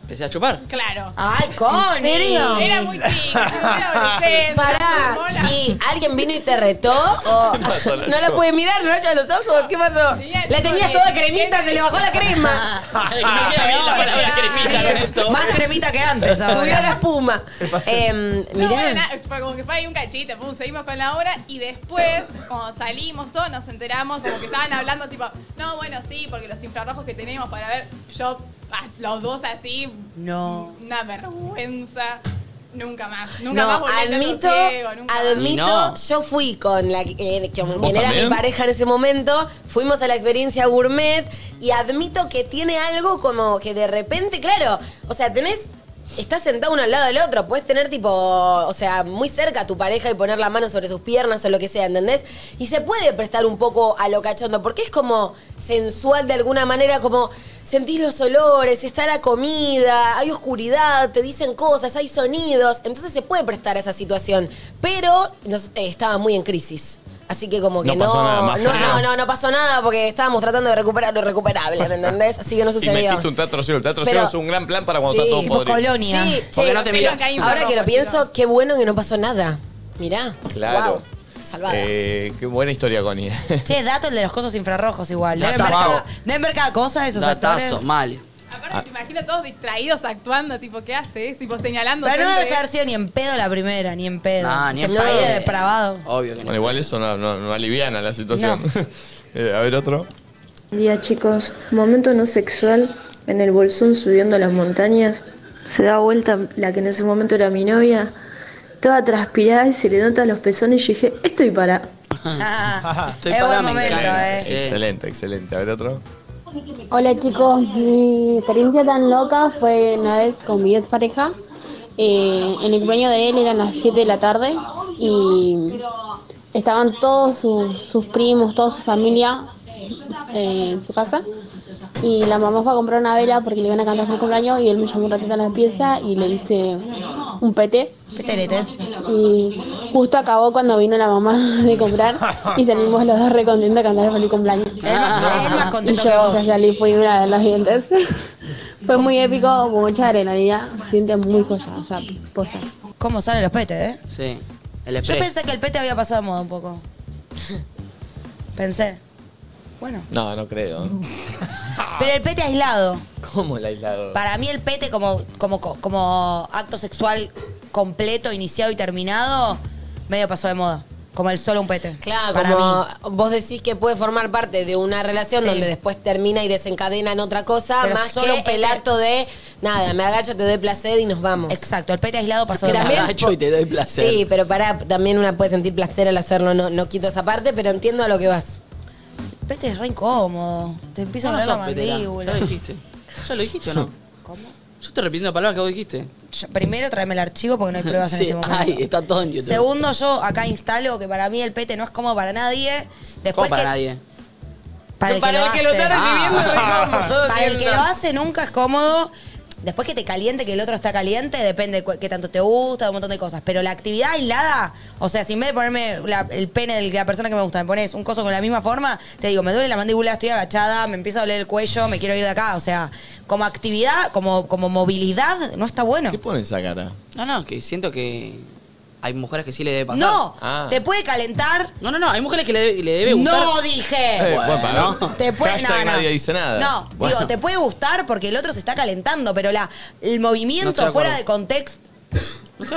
Speaker 2: Empecé a chupar. [LAUGHS]
Speaker 9: Claro.
Speaker 3: ¡Ay, Connie!
Speaker 4: ¿En serio?
Speaker 9: Era muy chica, era adolescente.
Speaker 4: Pará, ¿y alguien vino y te retó?
Speaker 1: [LAUGHS]
Speaker 4: ¿O
Speaker 1: pasó,
Speaker 4: [LAUGHS] no la
Speaker 1: Nacho?
Speaker 4: pude mirar, Nacho, a los ojos? ¿Qué pasó? La tenías toda cremita, se le bajó la
Speaker 9: [LAUGHS]
Speaker 4: crema.
Speaker 2: [LAUGHS] no queda bien la palabra cremita con esto.
Speaker 3: Más cremita que antes. ahora.
Speaker 4: Subió la
Speaker 1: [LAUGHS]
Speaker 4: espuma. Eh,
Speaker 9: No,
Speaker 4: mirá.
Speaker 9: bueno, nada, fue como que fue ahí un cachito, pum, seguimos con la obra y después, cuando salimos todos, nos enteramos como que estaban hablando tipo, no, bueno, sí, porque los infrarrojos que tenemos para ver, yo, ah, los dos así,
Speaker 3: No.
Speaker 9: una vergüenza, nunca más, nunca
Speaker 4: no,
Speaker 9: más volví al
Speaker 4: admito,
Speaker 9: Teatro Ciego, nunca más.
Speaker 4: admito,
Speaker 2: No.
Speaker 4: yo fui con la que- eh, que-
Speaker 2: ¿Vos
Speaker 4: quien era mi
Speaker 2: también?
Speaker 4: pareja en ese momento, fuimos a la experiencia gourmet y admito que tiene algo como que de repente, claro, o sea, tenés estás sentado uno al lado del otro. Puedes tener, tipo, o sea, muy cerca a tu pareja y poner la mano sobre sus piernas o lo que sea, ¿entendés? Y se puede prestar un poco a lo cachondo, porque es como sensual de alguna manera, como sentís los olores, está la comida, hay oscuridad, te dicen cosas, hay sonidos. Entonces se puede prestar a esa situación. Pero nos- eh, estaba muy en crisis. Así que como que
Speaker 8: No
Speaker 4: no
Speaker 8: pasó nada, más
Speaker 4: no,
Speaker 8: frío.
Speaker 4: no, no, no pasó nada porque estábamos tratando de recuperar lo recuperable, ¿me entendés? Así que no
Speaker 8: Y
Speaker 4: sucedió.
Speaker 8: metiste un teatro ciego. El teatro
Speaker 4: Pero-
Speaker 8: ciego es un gran plan para cuando está todo podrido.
Speaker 4: Sí,
Speaker 8: Porque
Speaker 4: che,
Speaker 8: no te miras.
Speaker 4: Ahora que lo pienso, qué bueno que no pasó nada. Mirá.
Speaker 1: Claro.
Speaker 4: Wow. Salvada.
Speaker 1: Eh, qué buena historia, Connie. [LAUGHS]
Speaker 3: Che, dato el de los cosos infrarrojos igual. Deben
Speaker 1: Datazo.
Speaker 3: ver, cada, deben ver cada cosa esos actores.
Speaker 2: mal.
Speaker 9: Te imagino todos distraídos actuando, tipo, ¿qué haces? Tipo, señalando.
Speaker 3: Pero no
Speaker 9: gente.
Speaker 3: debe haber sido ni en pedo la primera, ni en pedo.
Speaker 1: No, ni en
Speaker 3: Este
Speaker 1: pedo.
Speaker 3: país es depravado.
Speaker 2: Obvio
Speaker 1: Bueno, igual eso no, no- no aliviana la situación. [LAUGHS] Eh, a ver, otro.
Speaker 16: Buen día chicos, momento no sexual en el bolsón subiendo las montañas, se da vuelta la que en ese momento era mi novia, toda transpirada y se le notan los pezones y yo dije, estoy para.
Speaker 1: Estoy
Speaker 3: [LAUGHS] Ah,
Speaker 16: Es para, buen me momento,
Speaker 3: encanta.
Speaker 16: eh.
Speaker 1: Excelente, excelente. A ver, otro.
Speaker 17: Hola chicos, mi experiencia tan loca fue una vez con mi ex pareja. Eh, en el cumpleaños de él eran las 7 de la tarde y estaban todos sus, sus primos, toda su familia eh, en su casa. Y la mamá fue a comprar una vela porque le iban a cantar su cumpleaños y él me llamó un ratito a la pieza y le hice un pete.
Speaker 3: Peterete.
Speaker 17: Y justo acabó cuando vino la mamá [LAUGHS] de comprar y salimos los dos recontentos a cantar feliz cumpleaños. y yo o sea, salí fui una de los dientes. [LAUGHS] Fue muy épico, mucha adrenalina, se siente muy joya, o sea, posta.
Speaker 3: ¿Cómo salen los petes, eh?
Speaker 2: Sí. El
Speaker 3: Yo
Speaker 2: express.
Speaker 3: pensé que el pete había pasado de moda un poco. pensé. Bueno.
Speaker 1: No, no creo.
Speaker 3: Pero el pete aislado.
Speaker 1: Ah. ¿Cómo el aislado?
Speaker 3: Para mí el pete como, como, como acto sexual completo, iniciado y terminado, medio pasó de moda. Como el solo un pete.
Speaker 4: Claro,
Speaker 3: para
Speaker 4: como
Speaker 3: mí.
Speaker 4: vos decís que puede formar parte de una relación
Speaker 3: Sí.
Speaker 4: donde después termina y desencadena en otra cosa,
Speaker 3: Pero
Speaker 4: más
Speaker 3: solo un
Speaker 4: que
Speaker 3: pete.
Speaker 4: el acto de nada, me agacho, te doy placer y nos vamos.
Speaker 3: Exacto, el pete aislado pasó
Speaker 2: Me agacho y te doy placer.
Speaker 4: Sí, pero para también una puede sentir placer al hacerlo, no, no quito esa parte, pero entiendo a lo que vas.
Speaker 3: El pete es re incómodo. Te empieza
Speaker 2: No,
Speaker 3: a doler la
Speaker 2: sos petera,
Speaker 3: mandíbula.
Speaker 2: Ya lo dijiste. Ya lo dijiste o no.
Speaker 3: [LAUGHS] ¿Cómo?
Speaker 2: Yo estoy repitiendo palabras que vos dijiste.
Speaker 3: Yo- primero tráeme el archivo porque no hay pruebas en
Speaker 2: Sí,
Speaker 3: este momento.
Speaker 2: ay, está todo en YouTube.
Speaker 3: Segundo, yo acá instalo que para mí el pete no es cómodo para nadie. Después
Speaker 2: ¿Cómo para
Speaker 3: que-
Speaker 2: nadie?
Speaker 3: Para el que,
Speaker 2: Para
Speaker 3: lo,
Speaker 2: el que lo
Speaker 3: hace.
Speaker 2: está recibiendo, [LAUGHS]
Speaker 3: Ah.
Speaker 2: re cómodo,
Speaker 3: Para el que
Speaker 2: siento.
Speaker 3: lo hace nunca es cómodo. Después que te caliente, que el otro está caliente, depende cu- qué tanto te gusta, un montón de cosas. Pero la actividad aislada, o sea, si en vez de ponerme la- el pene de la persona que me gusta, me pones un coso con la misma forma, te digo, me duele la mandíbula, estoy agachada, me empieza a doler el cuello, me quiero ir de acá. O sea, como actividad, como, como movilidad, no está bueno.
Speaker 1: Pon esa cara.
Speaker 2: No, no, que siento que hay mujeres que sí le debe pasar.
Speaker 3: No,
Speaker 2: Ah.
Speaker 3: te puede calentar.
Speaker 2: No, no, no, hay mujeres que le debe, le debe gustar.
Speaker 3: No dije.
Speaker 1: Eh, bueno,
Speaker 2: Bueno.
Speaker 1: para ver.
Speaker 3: Te puede,
Speaker 1: Hashtag
Speaker 3: no, no.
Speaker 1: nadie dice nada.
Speaker 3: No,
Speaker 1: Bueno.
Speaker 3: digo, te puede gustar porque el otro se está calentando, pero la, el
Speaker 2: No
Speaker 3: movimiento
Speaker 2: estoy de
Speaker 3: fuera
Speaker 2: acuerdo.
Speaker 3: de contexto.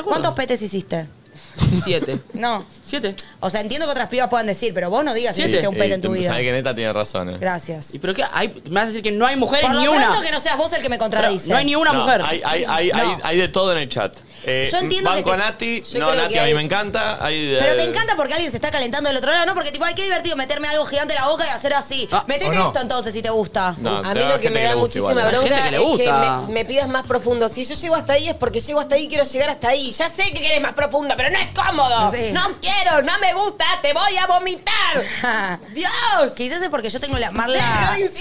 Speaker 3: ¿Cuántos petes hiciste?
Speaker 2: Siete.
Speaker 3: No.
Speaker 2: ¿Siete?
Speaker 3: O sea, entiendo que otras pibas puedan decir, pero vos no digas si hiciste un pete en tu vida.
Speaker 1: Sabes Eh, que neta tiene razón. eh.
Speaker 3: Gracias.
Speaker 2: ¿Y pero qué? Hay, me vas a decir que no hay mujeres
Speaker 3: Por lo
Speaker 2: ni
Speaker 3: pronto
Speaker 2: una.
Speaker 3: que no seas vos el que me contradice.
Speaker 2: Pero no hay ni una
Speaker 1: No,
Speaker 2: mujer.
Speaker 1: Hay, hay, hay,
Speaker 3: No.
Speaker 1: hay, hay de todo en el chat. Eh,
Speaker 3: Yo entiendo que
Speaker 1: banco
Speaker 3: te-
Speaker 1: a Nati.
Speaker 3: Yo
Speaker 1: No,
Speaker 3: creo
Speaker 1: Nati
Speaker 3: que
Speaker 1: a mí
Speaker 3: hay-
Speaker 1: me encanta. hay eh, de-
Speaker 3: Pero te encanta porque alguien se está calentando del otro lado, ¿no? Porque tipo, ay, qué divertido meterme algo gigante en la boca y hacer así.
Speaker 1: ¿o
Speaker 3: Metete
Speaker 1: no?
Speaker 3: esto entonces si te gusta.
Speaker 1: No,
Speaker 4: A
Speaker 1: te
Speaker 4: mí
Speaker 1: va
Speaker 4: lo que
Speaker 1: gente
Speaker 4: me
Speaker 1: le
Speaker 4: da
Speaker 1: gusta
Speaker 4: muchísima
Speaker 1: igual.
Speaker 4: bronca
Speaker 2: que le
Speaker 4: es que
Speaker 2: gusta.
Speaker 4: me, me pidas más profundo. Si yo llego hasta ahí es porque llego hasta ahí, quiero llegar hasta ahí. Ya sé que querés más profundo, pero no es cómodo.
Speaker 3: Sí.
Speaker 4: No quiero, no me gusta, te voy a
Speaker 3: [LAUGHS]
Speaker 4: vomitar.
Speaker 3: ¡Dios! Quizás es porque yo tengo la mala.
Speaker 4: [LAUGHS] Deja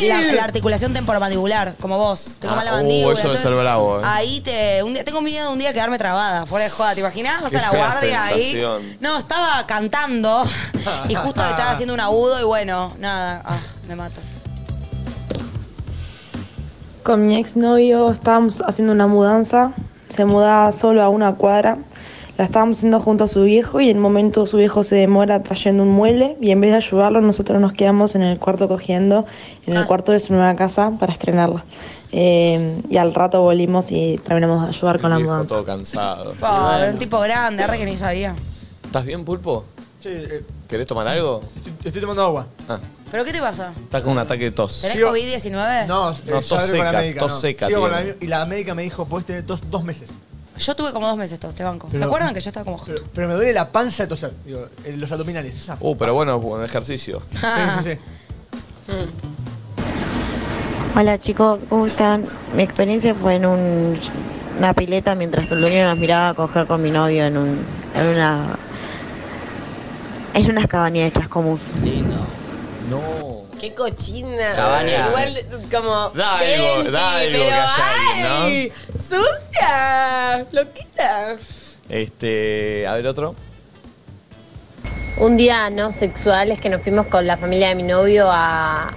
Speaker 4: de
Speaker 3: La, la articulación temporomandibular, como vos. Tengo
Speaker 1: Ah,
Speaker 3: mala
Speaker 1: uh,
Speaker 3: mandíbula.
Speaker 1: eso debe ser
Speaker 3: entonces,
Speaker 1: bravo, eh.
Speaker 3: Ahí te. Un día, tengo miedo de un día quedarme trabada, fuera de joda. ¿Te imaginás? Vas
Speaker 1: Qué
Speaker 3: a la
Speaker 1: fea
Speaker 3: guardia ahí.
Speaker 1: sensación.
Speaker 3: No, estaba
Speaker 1: [LAUGHS]
Speaker 3: cantando y justo estaba haciendo un agudo y bueno, nada. Ah, me mato.
Speaker 17: Con mi exnovio estábamos haciendo una mudanza, se mudaba solo a una cuadra. La estábamos haciendo junto a su viejo y en un momento su viejo se demora trayendo un mueble y en vez de ayudarlo nosotros nos quedamos en el cuarto cogiendo, en el cuarto de su nueva casa para estrenarla. Eh, y al rato volvimos y terminamos de ayudar con la
Speaker 1: Viejo,
Speaker 17: mudanza.
Speaker 1: todo cansado.
Speaker 3: Pobre, un tipo grande, arre que ni sabía.
Speaker 1: ¿Estás bien, Pulpo?
Speaker 5: Sí, eh,
Speaker 1: ¿Querés tomar algo?
Speaker 5: estoy tomando agua.
Speaker 1: Ah,
Speaker 3: ¿Pero qué te pasa?
Speaker 1: estás con un ataque de tos.
Speaker 3: ¿Tenés COVID-19?
Speaker 5: No, eh,
Speaker 1: No,
Speaker 5: ya
Speaker 1: tos
Speaker 5: hablé con la
Speaker 1: seca,
Speaker 5: médica.
Speaker 1: tos
Speaker 5: no.
Speaker 1: seca
Speaker 5: Sigo con la-
Speaker 1: tiene.
Speaker 5: y la médica me dijo, podés tener tos dos meses.
Speaker 3: Yo tuve como dos meses todos, te banco. ¿Se
Speaker 5: Pero-
Speaker 3: acuerdan que yo estaba como
Speaker 5: Pero, pero me duele la panza de toser. Digo, eh, los abdominales. esa
Speaker 1: Uh, pero bueno, buen ejercicio.
Speaker 3: Ah.
Speaker 5: Sí, sí, sí.
Speaker 18: Hola chicos, ¿cómo están? Mi experiencia fue en un una pileta mientras el dueño nos miraba coger con mi novio en, un, en una. en unas cabañas de chascomús.
Speaker 2: Lindo.
Speaker 1: No.
Speaker 4: Qué cochina.
Speaker 1: Cabaña.
Speaker 4: Igual como.
Speaker 1: Da algo, da
Speaker 4: crunchy,
Speaker 1: algo que
Speaker 4: pero
Speaker 1: haya
Speaker 4: ay,
Speaker 1: ahí,
Speaker 4: sucia, loquita.
Speaker 1: Este, a ver otro.
Speaker 17: Un día no sexual es que nos fuimos con la familia de mi novio a,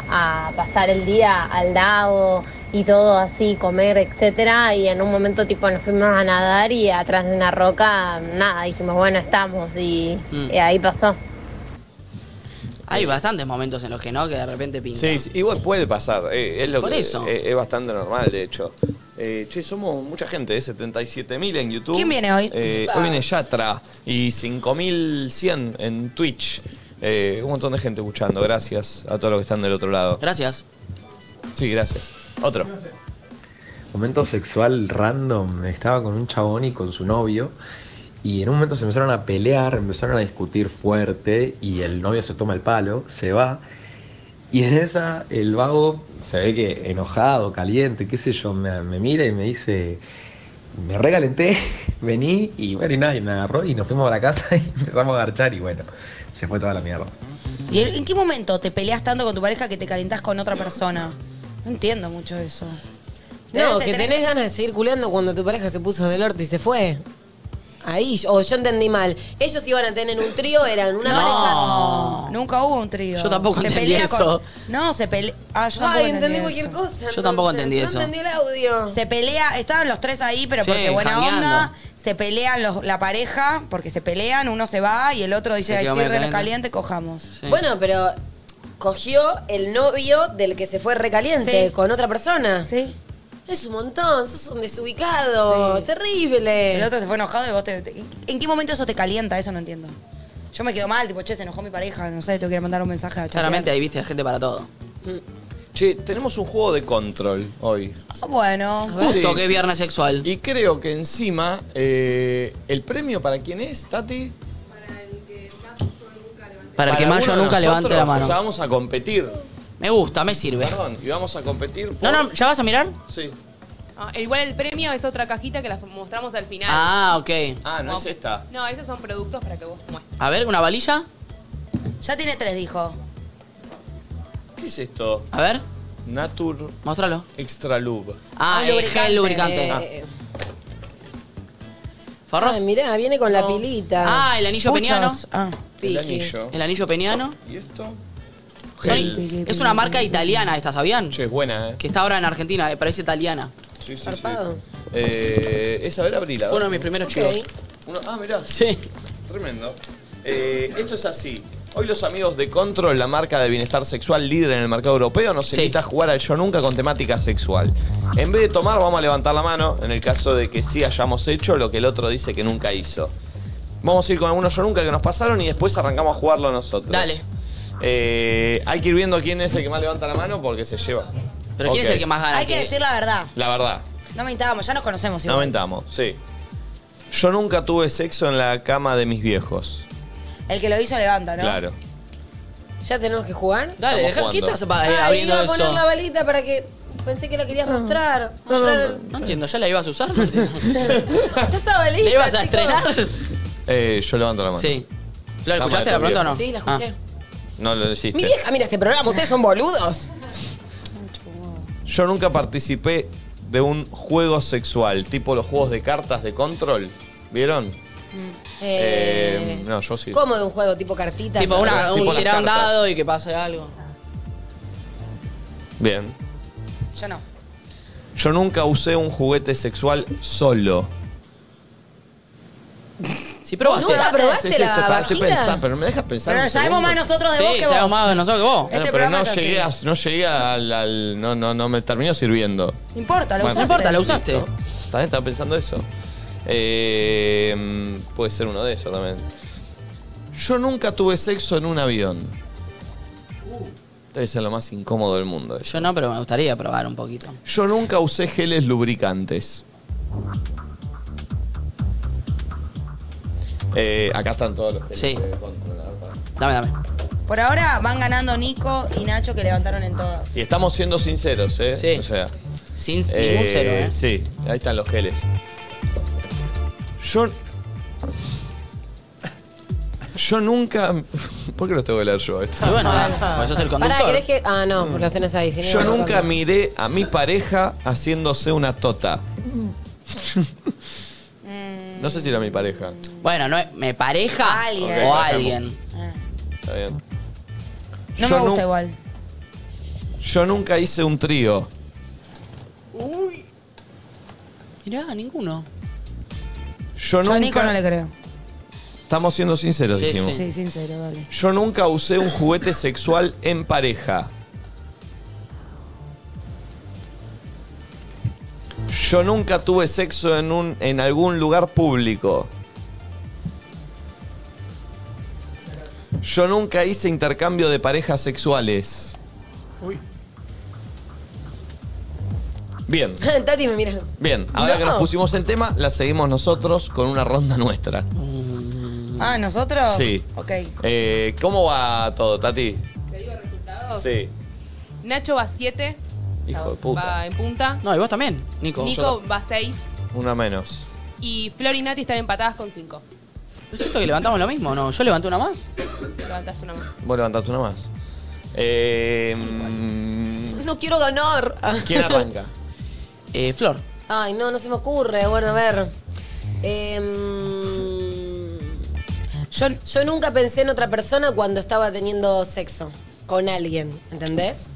Speaker 17: a pasar el día al lago y todo así, comer, etcétera. Y en un momento tipo nos fuimos a nadar y atrás de una roca, nada, dijimos, bueno, estamos y,
Speaker 2: Mm.
Speaker 17: y ahí pasó.
Speaker 2: Hay bastantes momentos en los que no, que de repente pinta.
Speaker 1: Sí, sí, igual puede pasar. eh, es lo
Speaker 2: Por
Speaker 1: que-
Speaker 2: eso.
Speaker 1: eh, Es, bastante normal, de hecho. Eh, che, somos mucha gente, eh, 77.000 en YouTube.
Speaker 3: ¿Quién viene hoy?
Speaker 1: Eh,
Speaker 3: Ah.
Speaker 1: hoy viene Yatra y 5.100 en Twitch. Eh, un montón de gente escuchando. Gracias a todos los que están del otro lado.
Speaker 2: Gracias.
Speaker 1: Sí, gracias. Otro.
Speaker 19: Momento sexual random. Estaba con un chabón y con su novio. Y en un momento se empezaron a pelear, empezaron a discutir fuerte. Y el novio se toma el palo, se va. Y en esa, el vago se ve que enojado, caliente, qué sé yo, me, me mira y me dice. Me regalenté, vení y bueno, y nada, y me agarró y nos fuimos a la casa y empezamos a garchar y bueno, se fue toda la mierda.
Speaker 3: [LAUGHS] ¿Y en en qué momento te peleas tanto con tu pareja que te calentás con otra persona? No entiendo mucho eso.
Speaker 4: No,
Speaker 3: Debes de
Speaker 4: que
Speaker 3: tener-
Speaker 4: tenés ganas de seguir culeando cuando tu pareja se puso del orto y se fue. Ahí, o yo entendí mal. Ellos iban a tener un trío, eran una
Speaker 3: No, nunca hubo un trío.
Speaker 4: Yo tampoco entendí eso.
Speaker 3: Con... No, se pelea. Ah,
Speaker 4: pareja.
Speaker 3: yo tampoco
Speaker 4: Ay, entendí
Speaker 3: eso.
Speaker 4: cualquier cosa.
Speaker 2: Yo tampoco entendí
Speaker 4: no
Speaker 2: eso.
Speaker 4: entendí el audio.
Speaker 3: Se pelea, estaban los tres ahí, pero
Speaker 2: Sí,
Speaker 3: porque buena
Speaker 2: jangueando.
Speaker 3: onda, se pelean los- la pareja, porque se pelean, uno se va y el otro dice,
Speaker 2: Se
Speaker 3: ay,
Speaker 2: quedó
Speaker 3: estoy
Speaker 2: medio
Speaker 3: re
Speaker 2: caliente".
Speaker 3: caliente, cojamos.
Speaker 4: Bueno, pero cogió el novio del que se fue recaliente
Speaker 3: Sí.
Speaker 4: con otra persona.
Speaker 3: Sí.
Speaker 4: Es un montón, sos un desubicado.
Speaker 3: Sí.
Speaker 4: Terrible.
Speaker 3: El otro se fue enojado y vos te, te- ¿En qué momento eso te calienta? Eso no entiendo. Yo me quedo mal, tipo, che, se enojó mi pareja, no sé, tengo que ir a mandar un mensaje a chatear.
Speaker 2: Claramente ahí viste gente para todo.
Speaker 1: Che, tenemos un juego de control hoy.
Speaker 3: Ah, Bueno.
Speaker 2: Justo que es viernes sexual.
Speaker 1: Y creo que encima, eh, ¿el premio para quién es, Tati?
Speaker 2: Para el que Mayo
Speaker 1: uno de
Speaker 2: nunca levante
Speaker 1: nosotros,
Speaker 2: la mano.
Speaker 1: O sea, vamos a competir.
Speaker 2: Me gusta, me sirve.
Speaker 1: Perdón, y vamos a competir.
Speaker 2: No, no, ¿ya vas a mirar?
Speaker 1: Sí.
Speaker 15: Ah, igual el premio es otra cajita que la mostramos al final.
Speaker 2: Ah, ok.
Speaker 1: Ah, no es esta.
Speaker 15: No, esos son productos para que vos muestres.
Speaker 2: A ver, ¿una valilla?
Speaker 3: Ya tiene tres, dijo.
Speaker 1: ¿Qué es esto?
Speaker 2: A ver.
Speaker 1: Natur.
Speaker 2: Muéstralo.
Speaker 1: Extra Lube.
Speaker 2: Ah,
Speaker 4: Un
Speaker 2: eh, gel lubricante.
Speaker 4: Eh,
Speaker 2: Farros.
Speaker 4: Ay, mirá, viene con la pilita.
Speaker 2: Ah, el anillo peniano.
Speaker 3: Ah.
Speaker 4: Piqui.
Speaker 2: El anillo peniano.
Speaker 1: ¿Y esto?
Speaker 2: Son-
Speaker 1: Gel.
Speaker 2: es una marca italiana esta, ¿sabían?
Speaker 1: Che, es buena, ¿eh?
Speaker 2: Que está ahora en Argentina, eh, pero es italiana.
Speaker 1: Sí, sí, sí. Eh, es a ver, abrila.
Speaker 2: Fue uno de mis primeros chivos.
Speaker 1: Uno- ah, mirá.
Speaker 2: Sí.
Speaker 1: Tremendo. Eh, esto es así. Hoy los amigos de Control, la marca de bienestar sexual líder en el mercado europeo, nos invita a jugar al Yo Nunca con temática sexual. En vez de tomar, vamos a levantar la mano en el caso de que sí hayamos hecho lo que el otro dice que nunca hizo. Vamos a ir con algunos Yo Nunca que nos pasaron y después arrancamos a jugarlo nosotros.
Speaker 2: Dale.
Speaker 1: Eh, hay que ir viendo quién es el que más levanta la mano porque se lleva.
Speaker 2: Pero ¿quién
Speaker 1: Ok.
Speaker 2: es el que más gana?
Speaker 3: Hay que decir la verdad.
Speaker 1: La verdad.
Speaker 3: No mentábamos, ya nos conocemos.
Speaker 1: No
Speaker 3: Igual.
Speaker 1: mentamos, sí. Yo nunca tuve sexo en la cama de mis viejos.
Speaker 3: el que lo hizo levanta, ¿no?
Speaker 1: Claro.
Speaker 4: ¿Ya tenemos que jugar?
Speaker 2: Dale, deja,
Speaker 1: Estamos
Speaker 2: ¿qué
Speaker 1: jugando.
Speaker 2: estás pa- eh,
Speaker 4: Ay,
Speaker 2: abriendo
Speaker 4: iba a poner
Speaker 2: eso?
Speaker 4: la balita para que... Pensé que la querías mostrar.
Speaker 2: No, no,
Speaker 4: Mostrar-
Speaker 2: no entiendo, ¿ya la ibas a
Speaker 4: [LAUGHS]
Speaker 2: usar? No entiendo.
Speaker 4: Ya estaba lista,
Speaker 2: ¿La ibas a
Speaker 4: chicos.
Speaker 2: estrenar?
Speaker 1: Eh, yo levanto la mano.
Speaker 2: Sí.
Speaker 1: ¿Lo
Speaker 2: escuchaste la pregunta o no? Ah.
Speaker 4: Sí, la escuché.
Speaker 1: No lo hiciste.
Speaker 4: Mi vieja mira este programa, ustedes son boludos.
Speaker 1: Yo nunca participé de un juego sexual, tipo los juegos de cartas de control. ¿Vieron? Eh, no, yo sí.
Speaker 4: ¿Cómo de un juego tipo cartitas?
Speaker 2: Tipo, una,
Speaker 1: Tipo
Speaker 2: un
Speaker 1: las
Speaker 2: tirar un
Speaker 1: cartas.
Speaker 2: dado y que pase algo.
Speaker 1: Bien.
Speaker 3: Ya no.
Speaker 1: Yo nunca usé un juguete sexual solo.
Speaker 2: Si probaste.
Speaker 1: ¿Nunca
Speaker 4: probaste
Speaker 1: Sí, sí,
Speaker 4: la
Speaker 1: estoy pa- estoy
Speaker 4: vagina?
Speaker 1: pensando, pero me dejas pensar.
Speaker 3: Pero
Speaker 1: un
Speaker 3: sabemos
Speaker 1: segundo.
Speaker 3: más nosotros de
Speaker 2: Sí,
Speaker 3: vos que
Speaker 2: sabemos
Speaker 3: vos.
Speaker 2: más de nosotros que vos.
Speaker 3: Este
Speaker 1: Bueno, pero
Speaker 3: programa
Speaker 1: no
Speaker 3: es así.
Speaker 1: llegué, a- no llegué al, al- no, no, no me terminó sirviendo.
Speaker 3: No importa, lo usaste.
Speaker 1: Bueno. No importa,
Speaker 2: ¿La usaste?
Speaker 1: También estaba pensando eso. Eh, mm, puede ser uno de ellos también. Yo nunca tuve sexo en un avión. Debe ser lo más incómodo del mundo. eso.
Speaker 2: Yo no, pero me gustaría probar un poquito.
Speaker 1: Yo nunca usé geles lubricantes. Eh, acá están todos los geles.
Speaker 2: Sí.
Speaker 1: de control, a ver, para.
Speaker 2: Dame, dame.
Speaker 3: Por ahora van ganando Nico y Nacho que levantaron en todas.
Speaker 1: Y estamos siendo sinceros, ¿eh? O sea,
Speaker 2: Sin ningún cero, ¿eh?
Speaker 1: Sí, ahí están los geles. Yo. Yo nunca. ¿Por qué los tengo que leer yo esto?
Speaker 2: Y bueno,
Speaker 4: A
Speaker 2: ah, pues sos el
Speaker 4: Pará,
Speaker 2: conductor.
Speaker 4: ¿querés que.? Ah, no, porque lo tenés ahí. si no,
Speaker 1: Yo
Speaker 4: no, no,
Speaker 1: nunca
Speaker 4: no.
Speaker 1: miré a mi pareja haciéndose una tota.
Speaker 3: Mm.
Speaker 1: No sé si era mi pareja.
Speaker 2: Bueno, no, es- ¿me pareja
Speaker 1: Alguien.
Speaker 2: o
Speaker 1: Ok,
Speaker 2: Ah, alguien?
Speaker 1: Está bien.
Speaker 3: No
Speaker 1: Yo
Speaker 3: me gusta
Speaker 1: nu-
Speaker 3: igual.
Speaker 1: Yo nunca hice un trío.
Speaker 2: Uy. Mirá, ninguno.
Speaker 3: Yo
Speaker 1: Yo nunca.
Speaker 3: a Nico no le creo.
Speaker 1: Estamos siendo sinceros,
Speaker 3: Sí,
Speaker 1: dijimos.
Speaker 3: sí, sincero, dale.
Speaker 1: Yo nunca usé un juguete sexual en pareja. Yo nunca tuve sexo en, un, en algún lugar público. Yo nunca hice intercambio de parejas sexuales.
Speaker 5: Uy.
Speaker 1: Bien,
Speaker 4: [LAUGHS] Tati me mira.
Speaker 1: bien. Ahora que nos
Speaker 4: No.
Speaker 1: pusimos en tema, la seguimos nosotros con una ronda nuestra.
Speaker 3: Ah, ¿nosotros?
Speaker 1: Sí.
Speaker 3: Ok.
Speaker 1: Eh, ¿Cómo va todo, Tati?
Speaker 9: ¿Te digo resultados?
Speaker 1: Sí.
Speaker 9: Nacho va 7,
Speaker 1: Hijo de puta.
Speaker 9: va en punta.
Speaker 2: No, y vos también, Nico.
Speaker 9: Nico va 6
Speaker 1: Una menos.
Speaker 9: y Flor y Nati están empatadas con 5.
Speaker 2: Yo siento que levantamos lo mismo, ¿no? Yo levanté una más.
Speaker 9: Levantaste una más.
Speaker 1: Vos levantaste una más. Eh, mm,
Speaker 4: No quiero ganar. Ah.
Speaker 1: ¿Quién arranca?
Speaker 2: Eh, Flor.
Speaker 4: Ay, no, no se me ocurre. Bueno, a ver. Em, yo, yo nunca pensé en otra persona cuando estaba teniendo sexo con alguien, ¿entendés?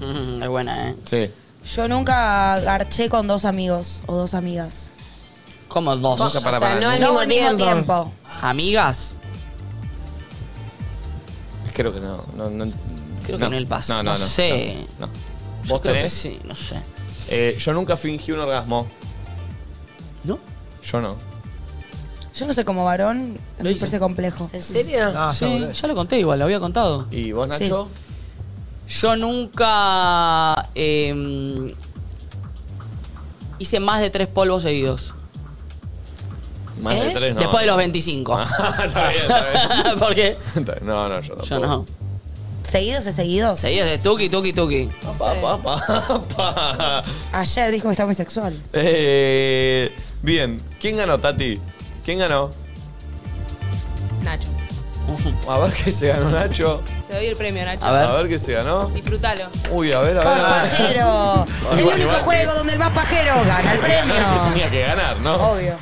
Speaker 2: Mm, es buena, ¿eh?
Speaker 1: Sí.
Speaker 3: Yo nunca garché con dos amigos o dos amigas.
Speaker 2: ¿Cómo dos?
Speaker 3: Nunca, para, O sea, para, no al nunca. mismo tiempo.
Speaker 2: ¿Amigas?
Speaker 1: Creo que no. no, no
Speaker 2: Creo que no el paso.
Speaker 1: No, no,
Speaker 2: No
Speaker 1: no.
Speaker 2: sé.
Speaker 1: no, no.
Speaker 2: Yo
Speaker 1: ¿Vos
Speaker 2: creo que
Speaker 1: tenés?
Speaker 2: sí, no sé.
Speaker 1: Eh, yo nunca fingí un orgasmo.
Speaker 2: ¿No?
Speaker 1: Yo no.
Speaker 3: Yo no sé como varón, me parece complejo.
Speaker 4: ¿En serio?
Speaker 2: sí, Ah, ya lo conté igual, lo había contado.
Speaker 1: ¿Y vos,
Speaker 3: Nacho?
Speaker 2: Yo nunca eh, hice más de tres polvos seguidos.
Speaker 1: Más de tres, Eh, no.
Speaker 2: ¿Eh? Después de los 25.
Speaker 1: Ah, [LAUGHS] está bien, está
Speaker 2: [LAUGHS]
Speaker 1: bien.
Speaker 2: ¿Por qué?
Speaker 1: No, no, yo no.
Speaker 2: Yo no.
Speaker 3: ¿Seguidos o seguidos?
Speaker 2: Seguidos de tuki, tuki, tuki. [LAUGHS]
Speaker 3: Ayer dijo que está muy sexual.
Speaker 1: Eh, bien. ¿Quién ganó, Tati? ¿Quién ganó?
Speaker 9: Nacho.
Speaker 1: A ver qué se ganó Nacho.
Speaker 9: Te doy el premio, Nacho.
Speaker 1: A ver, qué se ganó.
Speaker 9: Disfrútalo.
Speaker 1: Uy, a ver, a ver. a ver. [LAUGHS]
Speaker 3: Pajero.
Speaker 1: Igual,
Speaker 3: el
Speaker 1: igual
Speaker 3: único
Speaker 1: que-
Speaker 3: juego donde el más pajero gana el premio.
Speaker 1: [LAUGHS] Tenía que ganar,
Speaker 2: Oh.
Speaker 1: ¿no?
Speaker 3: Obvio.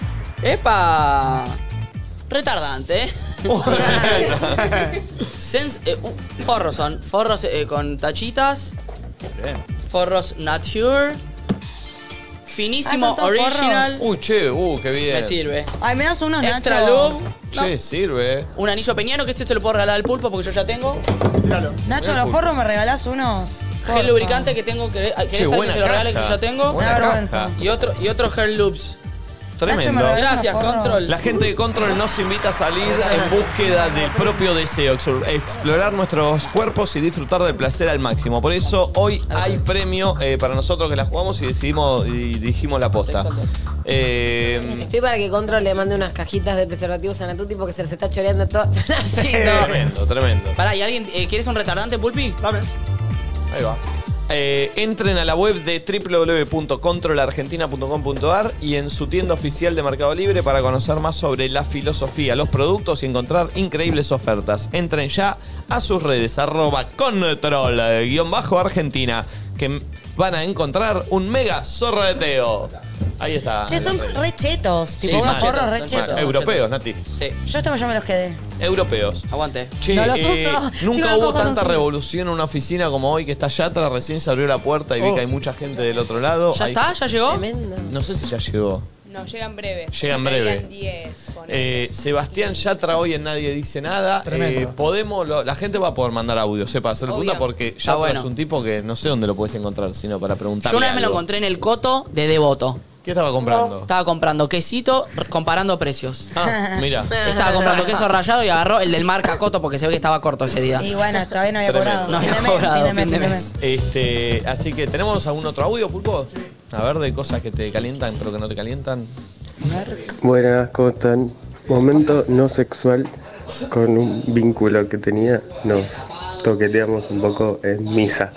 Speaker 2: ¡Epa!
Speaker 1: [LAUGHS]
Speaker 2: Retardante, ¿eh? Sens- eh, uh, forros son. Forros eh, con tachitas. Forros Nature.
Speaker 3: Ah,
Speaker 2: Finísimo
Speaker 3: son todos
Speaker 2: Original.
Speaker 1: Uy, che, uh, qué bien.
Speaker 2: Me sirve.
Speaker 3: Ay, me das unos
Speaker 2: Extra
Speaker 3: Nacho.
Speaker 2: Love. no.
Speaker 1: Che, sirve. eh.
Speaker 2: Un anillo peñano que este se lo puedo regalar al pulpo porque yo ya tengo.
Speaker 3: Nacho,
Speaker 2: Mirá,
Speaker 3: los
Speaker 2: pulpo.
Speaker 3: forros me regalás unos.
Speaker 2: Gel lubricante que tengo que. ¿Querés
Speaker 1: Che,
Speaker 2: alguien
Speaker 1: buena
Speaker 2: que lo regale que
Speaker 1: caja.
Speaker 2: yo ya tengo?
Speaker 1: Buena Una vergüenza. caja.
Speaker 2: Y otro, y otro hair loops.
Speaker 1: Tremendo.
Speaker 2: Nacho, me regaló Gracias, unos forros. Control.
Speaker 1: La gente de Control nos invita a salir en búsqueda del propio deseo, exo- explorar nuestros cuerpos y disfrutar del placer al máximo. Por eso hoy hay premio eh, para nosotros que la jugamos y decidimos y dijimos la posta. Eh,
Speaker 4: Estoy para que Control le mande unas cajitas de preservativos a Natuti porque se les está choreando [LAUGHS]
Speaker 3: [LAUGHS]
Speaker 4: todo.
Speaker 1: tremendo, tremendo.
Speaker 2: Pará, ¿y alguien? eh, ¿Quieres un retardante, Pulpi?
Speaker 5: Dame.
Speaker 1: Ahí va. Eh, entren a la web de www.controlargentina.com.ar y en su tienda oficial de Mercado Libre para conocer más sobre la filosofía, los productos y encontrar increíbles ofertas. Entren ya a sus redes, arroba control-argentina, que m- van a encontrar un mega zorreteo. Ahí está.
Speaker 3: Che, son re chetos.
Speaker 1: Sí,
Speaker 3: Tipo, unos
Speaker 1: mal.
Speaker 3: forros
Speaker 1: Mal.
Speaker 3: re chetos.
Speaker 1: Europeos, Nati.
Speaker 2: Sí.
Speaker 3: Yo estos ya me los
Speaker 2: [LAUGHS]
Speaker 3: quedé.
Speaker 1: Europeos.
Speaker 2: Aguante.
Speaker 1: Che,
Speaker 3: No los
Speaker 1: eh,
Speaker 3: uso.
Speaker 1: Nunca
Speaker 3: Chicos,
Speaker 1: hubo
Speaker 3: no los
Speaker 1: tanta
Speaker 3: uso.
Speaker 1: revolución en una oficina como hoy que está Yatra, recién se abrió la puerta y vi que hay mucha gente del otro lado.
Speaker 2: ¿Ya
Speaker 1: Hay-
Speaker 2: está? ¿Ya llegó?
Speaker 1: No sé si ya llegó.
Speaker 9: No, llega en breve.
Speaker 1: Llega en breve.
Speaker 9: 10,
Speaker 1: Eh, Sebastián Yatra hoy en Nadie Dice Nada.
Speaker 5: Tremendo.
Speaker 1: Eh, podemos, lo- la gente va a poder mandar audio, sepa hacer
Speaker 2: Obvio.
Speaker 1: pregunta porque
Speaker 2: Está
Speaker 1: Yatra
Speaker 2: bueno.
Speaker 1: es un tipo que no sé dónde lo puedes encontrar, sino para preguntar.
Speaker 2: Yo una vez me lo encontré en el Coto de Devoto.
Speaker 1: ¿Qué estaba comprando?
Speaker 2: Estaba comprando quesito, r- comparando precios.
Speaker 1: Ah, mira.
Speaker 2: Estaba comprando queso rallado y agarró el del marca Coto porque se ve que estaba corto ese día.
Speaker 3: Y bueno, todavía no había
Speaker 1: Tremendo.
Speaker 3: cobrado.
Speaker 2: No había
Speaker 3: Fin de mes,
Speaker 2: cobrado,
Speaker 3: fin de mes,
Speaker 2: fin de
Speaker 3: fin de
Speaker 2: mes.
Speaker 1: Este, así que, ¿tenemos algún otro audio, Pulpo? A ver, de cosas que te calientan pero que no te calientan.
Speaker 20: Buenas, ¿cómo están? Momento no sexual con un vínculo que tenía, nos toqueteamos un poco en misa.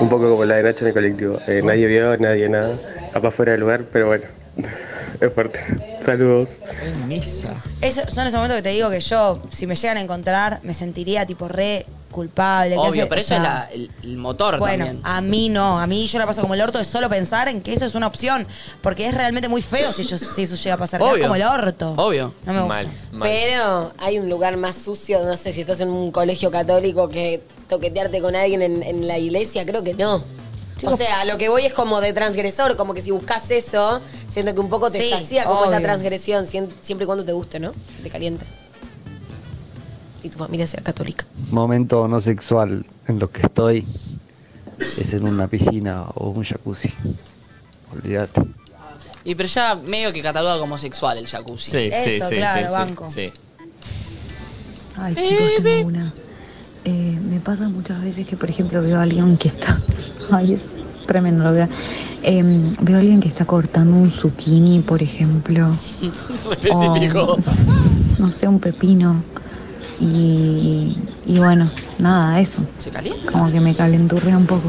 Speaker 20: Un poco como la de Nacho en el colectivo. Eh, nadie vio, nadie nada. Capaz fuera de lugar, pero bueno. [LAUGHS] Es fuerte. Saludos.
Speaker 3: En misa. Eso, son esos momentos que te digo que yo, si me llegan a encontrar, me sentiría tipo re culpable.
Speaker 2: Obvio,
Speaker 3: que hace-
Speaker 2: pero
Speaker 3: o
Speaker 2: eso es
Speaker 3: sea,
Speaker 2: la- el, el motor
Speaker 3: Bueno,
Speaker 2: también.
Speaker 3: a mí no, a mí yo la paso como el orto de solo pensar en que eso es una opción, porque es realmente muy feo si, yo- si eso llega a pasar,
Speaker 2: Obvio.
Speaker 3: es como el orto.
Speaker 2: Obvio.
Speaker 3: No me gusta.
Speaker 1: Mal, mal.
Speaker 4: Pero hay un lugar más sucio, no sé si estás en un colegio católico que toquetearte con alguien en, en la iglesia, creo que no. o sea, a lo que voy es como de transgresor, como que si buscas eso, siento que un poco te
Speaker 3: Sí,
Speaker 4: sacía como esa
Speaker 3: obvio.
Speaker 4: transgresión, sien- siempre y cuando te guste, ¿no? Te caliente. Y tu familia sea católica.
Speaker 14: Momento no sexual en lo que estoy es en una piscina o un jacuzzi. Olvídate.
Speaker 2: Y pero ya medio que catalogado como sexual el jacuzzi.
Speaker 14: Sí, sí, Eso, sí, claro, sí, sí, banco.
Speaker 1: sí. [LAUGHS]
Speaker 17: Ay, chicos, tengo una. Eh, me pasa muchas veces que, por ejemplo, veo a alguien que está. [LAUGHS] Ay, es tremendo lo que. Eh, veo a alguien que está cortando un zucchini, por ejemplo. Oh.
Speaker 21: Específico.
Speaker 17: [LAUGHS] No sé, un pepino. Y, y bueno, nada, eso.
Speaker 2: ¿Se calienta?
Speaker 17: Como que me calenturrea un poco.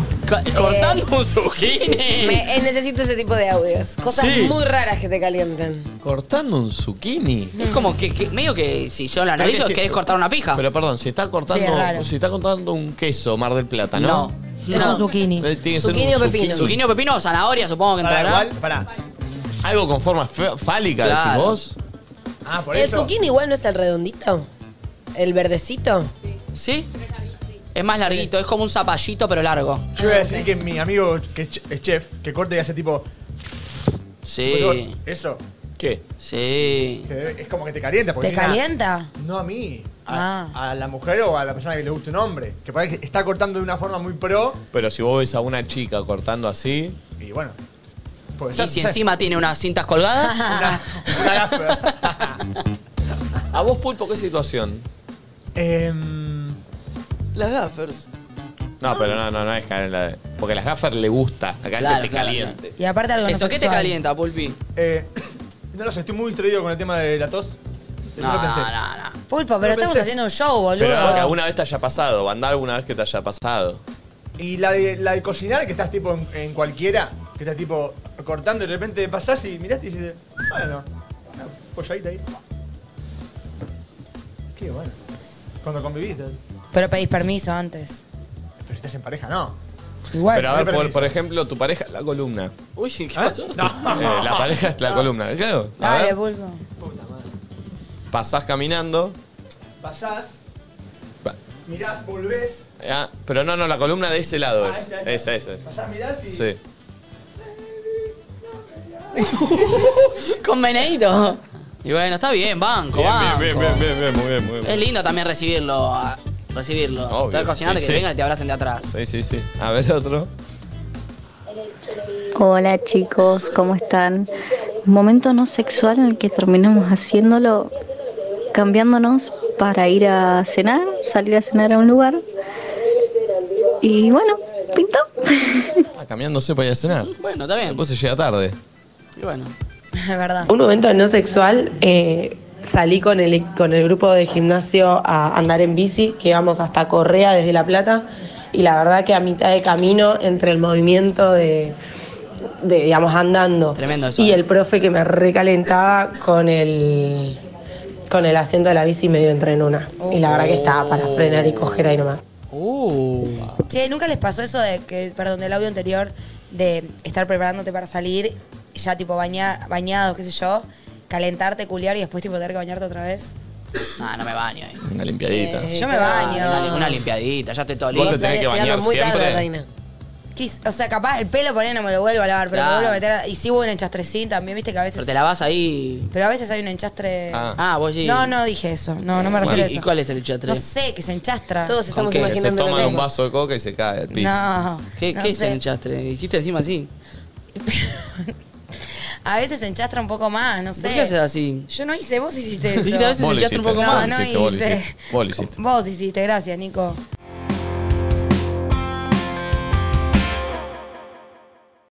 Speaker 2: Cortando un zucchini.
Speaker 4: Me- eh, necesito ese tipo de audios. Cosas
Speaker 2: Sí.
Speaker 4: muy raras que te calientan.
Speaker 1: Cortando un zucchini.
Speaker 2: Es como que, que- medio que si yo lo
Speaker 1: Pero
Speaker 2: analizo,
Speaker 1: que si-
Speaker 2: querés cortar una pija.
Speaker 1: Pero perdón, si está cortando,
Speaker 2: Ah. Sí, es raro.
Speaker 1: si está cortando un queso Mar del Plata, ¿no?
Speaker 2: No.
Speaker 1: No.
Speaker 2: No.
Speaker 3: zucchini.
Speaker 1: Eh, Tiene que ser
Speaker 2: Zucchini
Speaker 1: un
Speaker 2: o pepino. Zucchini o pepino o zanahoria, supongo que
Speaker 1: Para
Speaker 2: entrará.
Speaker 1: igual, Algo con forma fe- fálica,
Speaker 2: Claro.
Speaker 1: decís vos.
Speaker 5: Ah, por
Speaker 4: ¿El zucchini igual no es el redondito? ¿El verdecito?
Speaker 2: ¿Sí? Es más larguito, es como un zapallito pero largo.
Speaker 5: Yo iba a decir que mi amigo que es che- es chef, que corta y hace tipo.
Speaker 2: Sí.
Speaker 5: Eso.
Speaker 1: ¿Qué?
Speaker 2: Sí.
Speaker 5: te debe- es como que te calienta. porque
Speaker 3: ¿Te
Speaker 5: no es nada-
Speaker 3: calienta?
Speaker 5: No a mí. A, a la mujer o a la persona que le guste un hombre. Que parece que está cortando de una forma muy pro.
Speaker 1: Pero si vos ves a una chica cortando así.
Speaker 5: Y bueno. puede
Speaker 2: Y
Speaker 5: ser. [LAUGHS]
Speaker 2: si encima tiene unas cintas
Speaker 1: [LAUGHS]
Speaker 2: colgadas.
Speaker 1: ¿A vos, Pulpo, qué situación?
Speaker 5: Em,
Speaker 22: Las gaffers.
Speaker 1: No, pero no, no, no es caer en la de- Porque las gafas le gusta. Acá es
Speaker 2: Claro,
Speaker 1: que te
Speaker 2: claro,
Speaker 1: caliente.
Speaker 3: Y aparte algo no
Speaker 2: ¿Eso qué te
Speaker 3: sexual.
Speaker 2: calienta, Pulpi?
Speaker 5: Eh, [COUGHS] no lo sé, estoy muy distraído con el tema de la tos. No, lo pensé.
Speaker 3: Pulpo, pero
Speaker 5: No
Speaker 3: estamos
Speaker 5: pensé.
Speaker 3: haciendo un show, boludo.
Speaker 1: Pero que alguna vez te haya pasado, andar alguna vez que te haya pasado.
Speaker 5: Y la de, la de cocinar, que estás tipo en, en cualquiera, que estás tipo cortando y de repente pasás y mirás y dices, bueno, una polladita ahí. Qué bueno. Cuando convivís, pero
Speaker 3: Pero pedís permiso antes.
Speaker 5: si estás en pareja,
Speaker 1: [LAUGHS]
Speaker 5: no.
Speaker 3: Igual.
Speaker 1: Pero a ver,
Speaker 5: Pero
Speaker 1: por,
Speaker 5: permiso.
Speaker 1: por ejemplo, tu pareja es la columna.
Speaker 2: Uy, ¿qué pasó? [LAUGHS]
Speaker 1: Eh, la pareja es la columna. ¿Qué hago? A
Speaker 3: Dale,
Speaker 1: ver,
Speaker 3: Pulpo. [LAUGHS]
Speaker 1: pasás caminando.
Speaker 5: Pasás,
Speaker 1: Pa-
Speaker 5: mirás, volvés,
Speaker 1: eh, ah, pero no, no, la columna de ese lado
Speaker 5: Ah,
Speaker 1: es.
Speaker 5: esa,
Speaker 1: Esa, esa.
Speaker 5: pasás, mirás y.
Speaker 1: Sí.
Speaker 2: Con venenito. Y bueno, está bien, banco,
Speaker 1: Bien,
Speaker 2: banco.
Speaker 1: bien, bien, bien, bien, muy bien, muy bien.
Speaker 2: Es lindo también recibirlo. a- recibirlo.
Speaker 1: Obvio.
Speaker 2: Estar cocinando,
Speaker 1: Y
Speaker 2: que
Speaker 1: sí.
Speaker 2: vengan y te abracen de atrás.
Speaker 1: Sí, sí, sí. A ver otro.
Speaker 23: Hola chicos, ¿cómo están? Momento no sexual en el que terminamos haciéndolo, cambiándonos para ir a cenar, salir a cenar a un lugar. Y bueno, pintó.
Speaker 1: Ah, cambiándose para ir a cenar.
Speaker 2: Bueno, está bien.
Speaker 1: Después se llega tarde.
Speaker 2: Y bueno.
Speaker 3: Es verdad.
Speaker 24: Un momento no sexual, eh, salí con el, con el grupo de gimnasio a andar en bici, que íbamos hasta Correa desde La Plata, y la verdad que a mitad de camino, entre el movimiento de, de, digamos, andando
Speaker 2: eso,
Speaker 24: y
Speaker 2: eh.
Speaker 24: el profe que me recalentaba con el, con el asiento de la bici medio entre en una. Y la verdad que estaba para frenar y coger ahí nomás.
Speaker 3: Che, ¿nunca les pasó eso de que, perdón, del audio anterior, de estar preparándote para salir, ya tipo baña- bañado, qué sé yo, calentarte, culiar y después tipo tener que bañarte otra vez?
Speaker 2: Ah, no me baño. eh.
Speaker 1: Una limpiadita.
Speaker 3: Yo me baño.
Speaker 2: Una, li- una limpiadita, ya estoy todo
Speaker 1: Vos
Speaker 2: listo.
Speaker 1: te tenés que bañar siempre.
Speaker 3: Quis- o sea, capaz el pelo por ahí no me lo vuelvo a lavar, pero
Speaker 2: Claro.
Speaker 3: me vuelvo a meter. a- y sí hubo un enchastrecín también, viste que a veces.
Speaker 2: Pero te la vas ahí.
Speaker 3: Pero a veces hay un enchastre.
Speaker 2: Ah, Ah, vos sí.
Speaker 3: No, no dije eso. No, no me refiero a
Speaker 2: ¿Y
Speaker 3: eso.
Speaker 2: cuál es el chatre?
Speaker 3: No sé, que se enchastra.
Speaker 4: Todos
Speaker 2: estamos qué? imaginando
Speaker 1: Se
Speaker 2: lo
Speaker 1: toman un
Speaker 2: mismo.
Speaker 1: vaso de coca y se cae al piso.
Speaker 3: No.
Speaker 2: ¿Qué,
Speaker 3: no
Speaker 2: qué es
Speaker 3: sé.
Speaker 2: el enchastre? Hiciste encima así.
Speaker 3: [LAUGHS] A veces se enchastra un poco más, no sé.
Speaker 2: ¿Por qué haces así?
Speaker 3: Yo
Speaker 2: [LAUGHS]
Speaker 3: no hice, vos hiciste eso.
Speaker 2: Dijiste, a veces
Speaker 1: Vos lo
Speaker 2: enchaste un
Speaker 1: hiciste,
Speaker 2: poco más.
Speaker 1: vos lo
Speaker 3: No, no
Speaker 1: hiciste, vos lo
Speaker 3: hice.
Speaker 1: hiciste, Vos lo hiciste.
Speaker 3: Vos hiciste, gracias, Nico.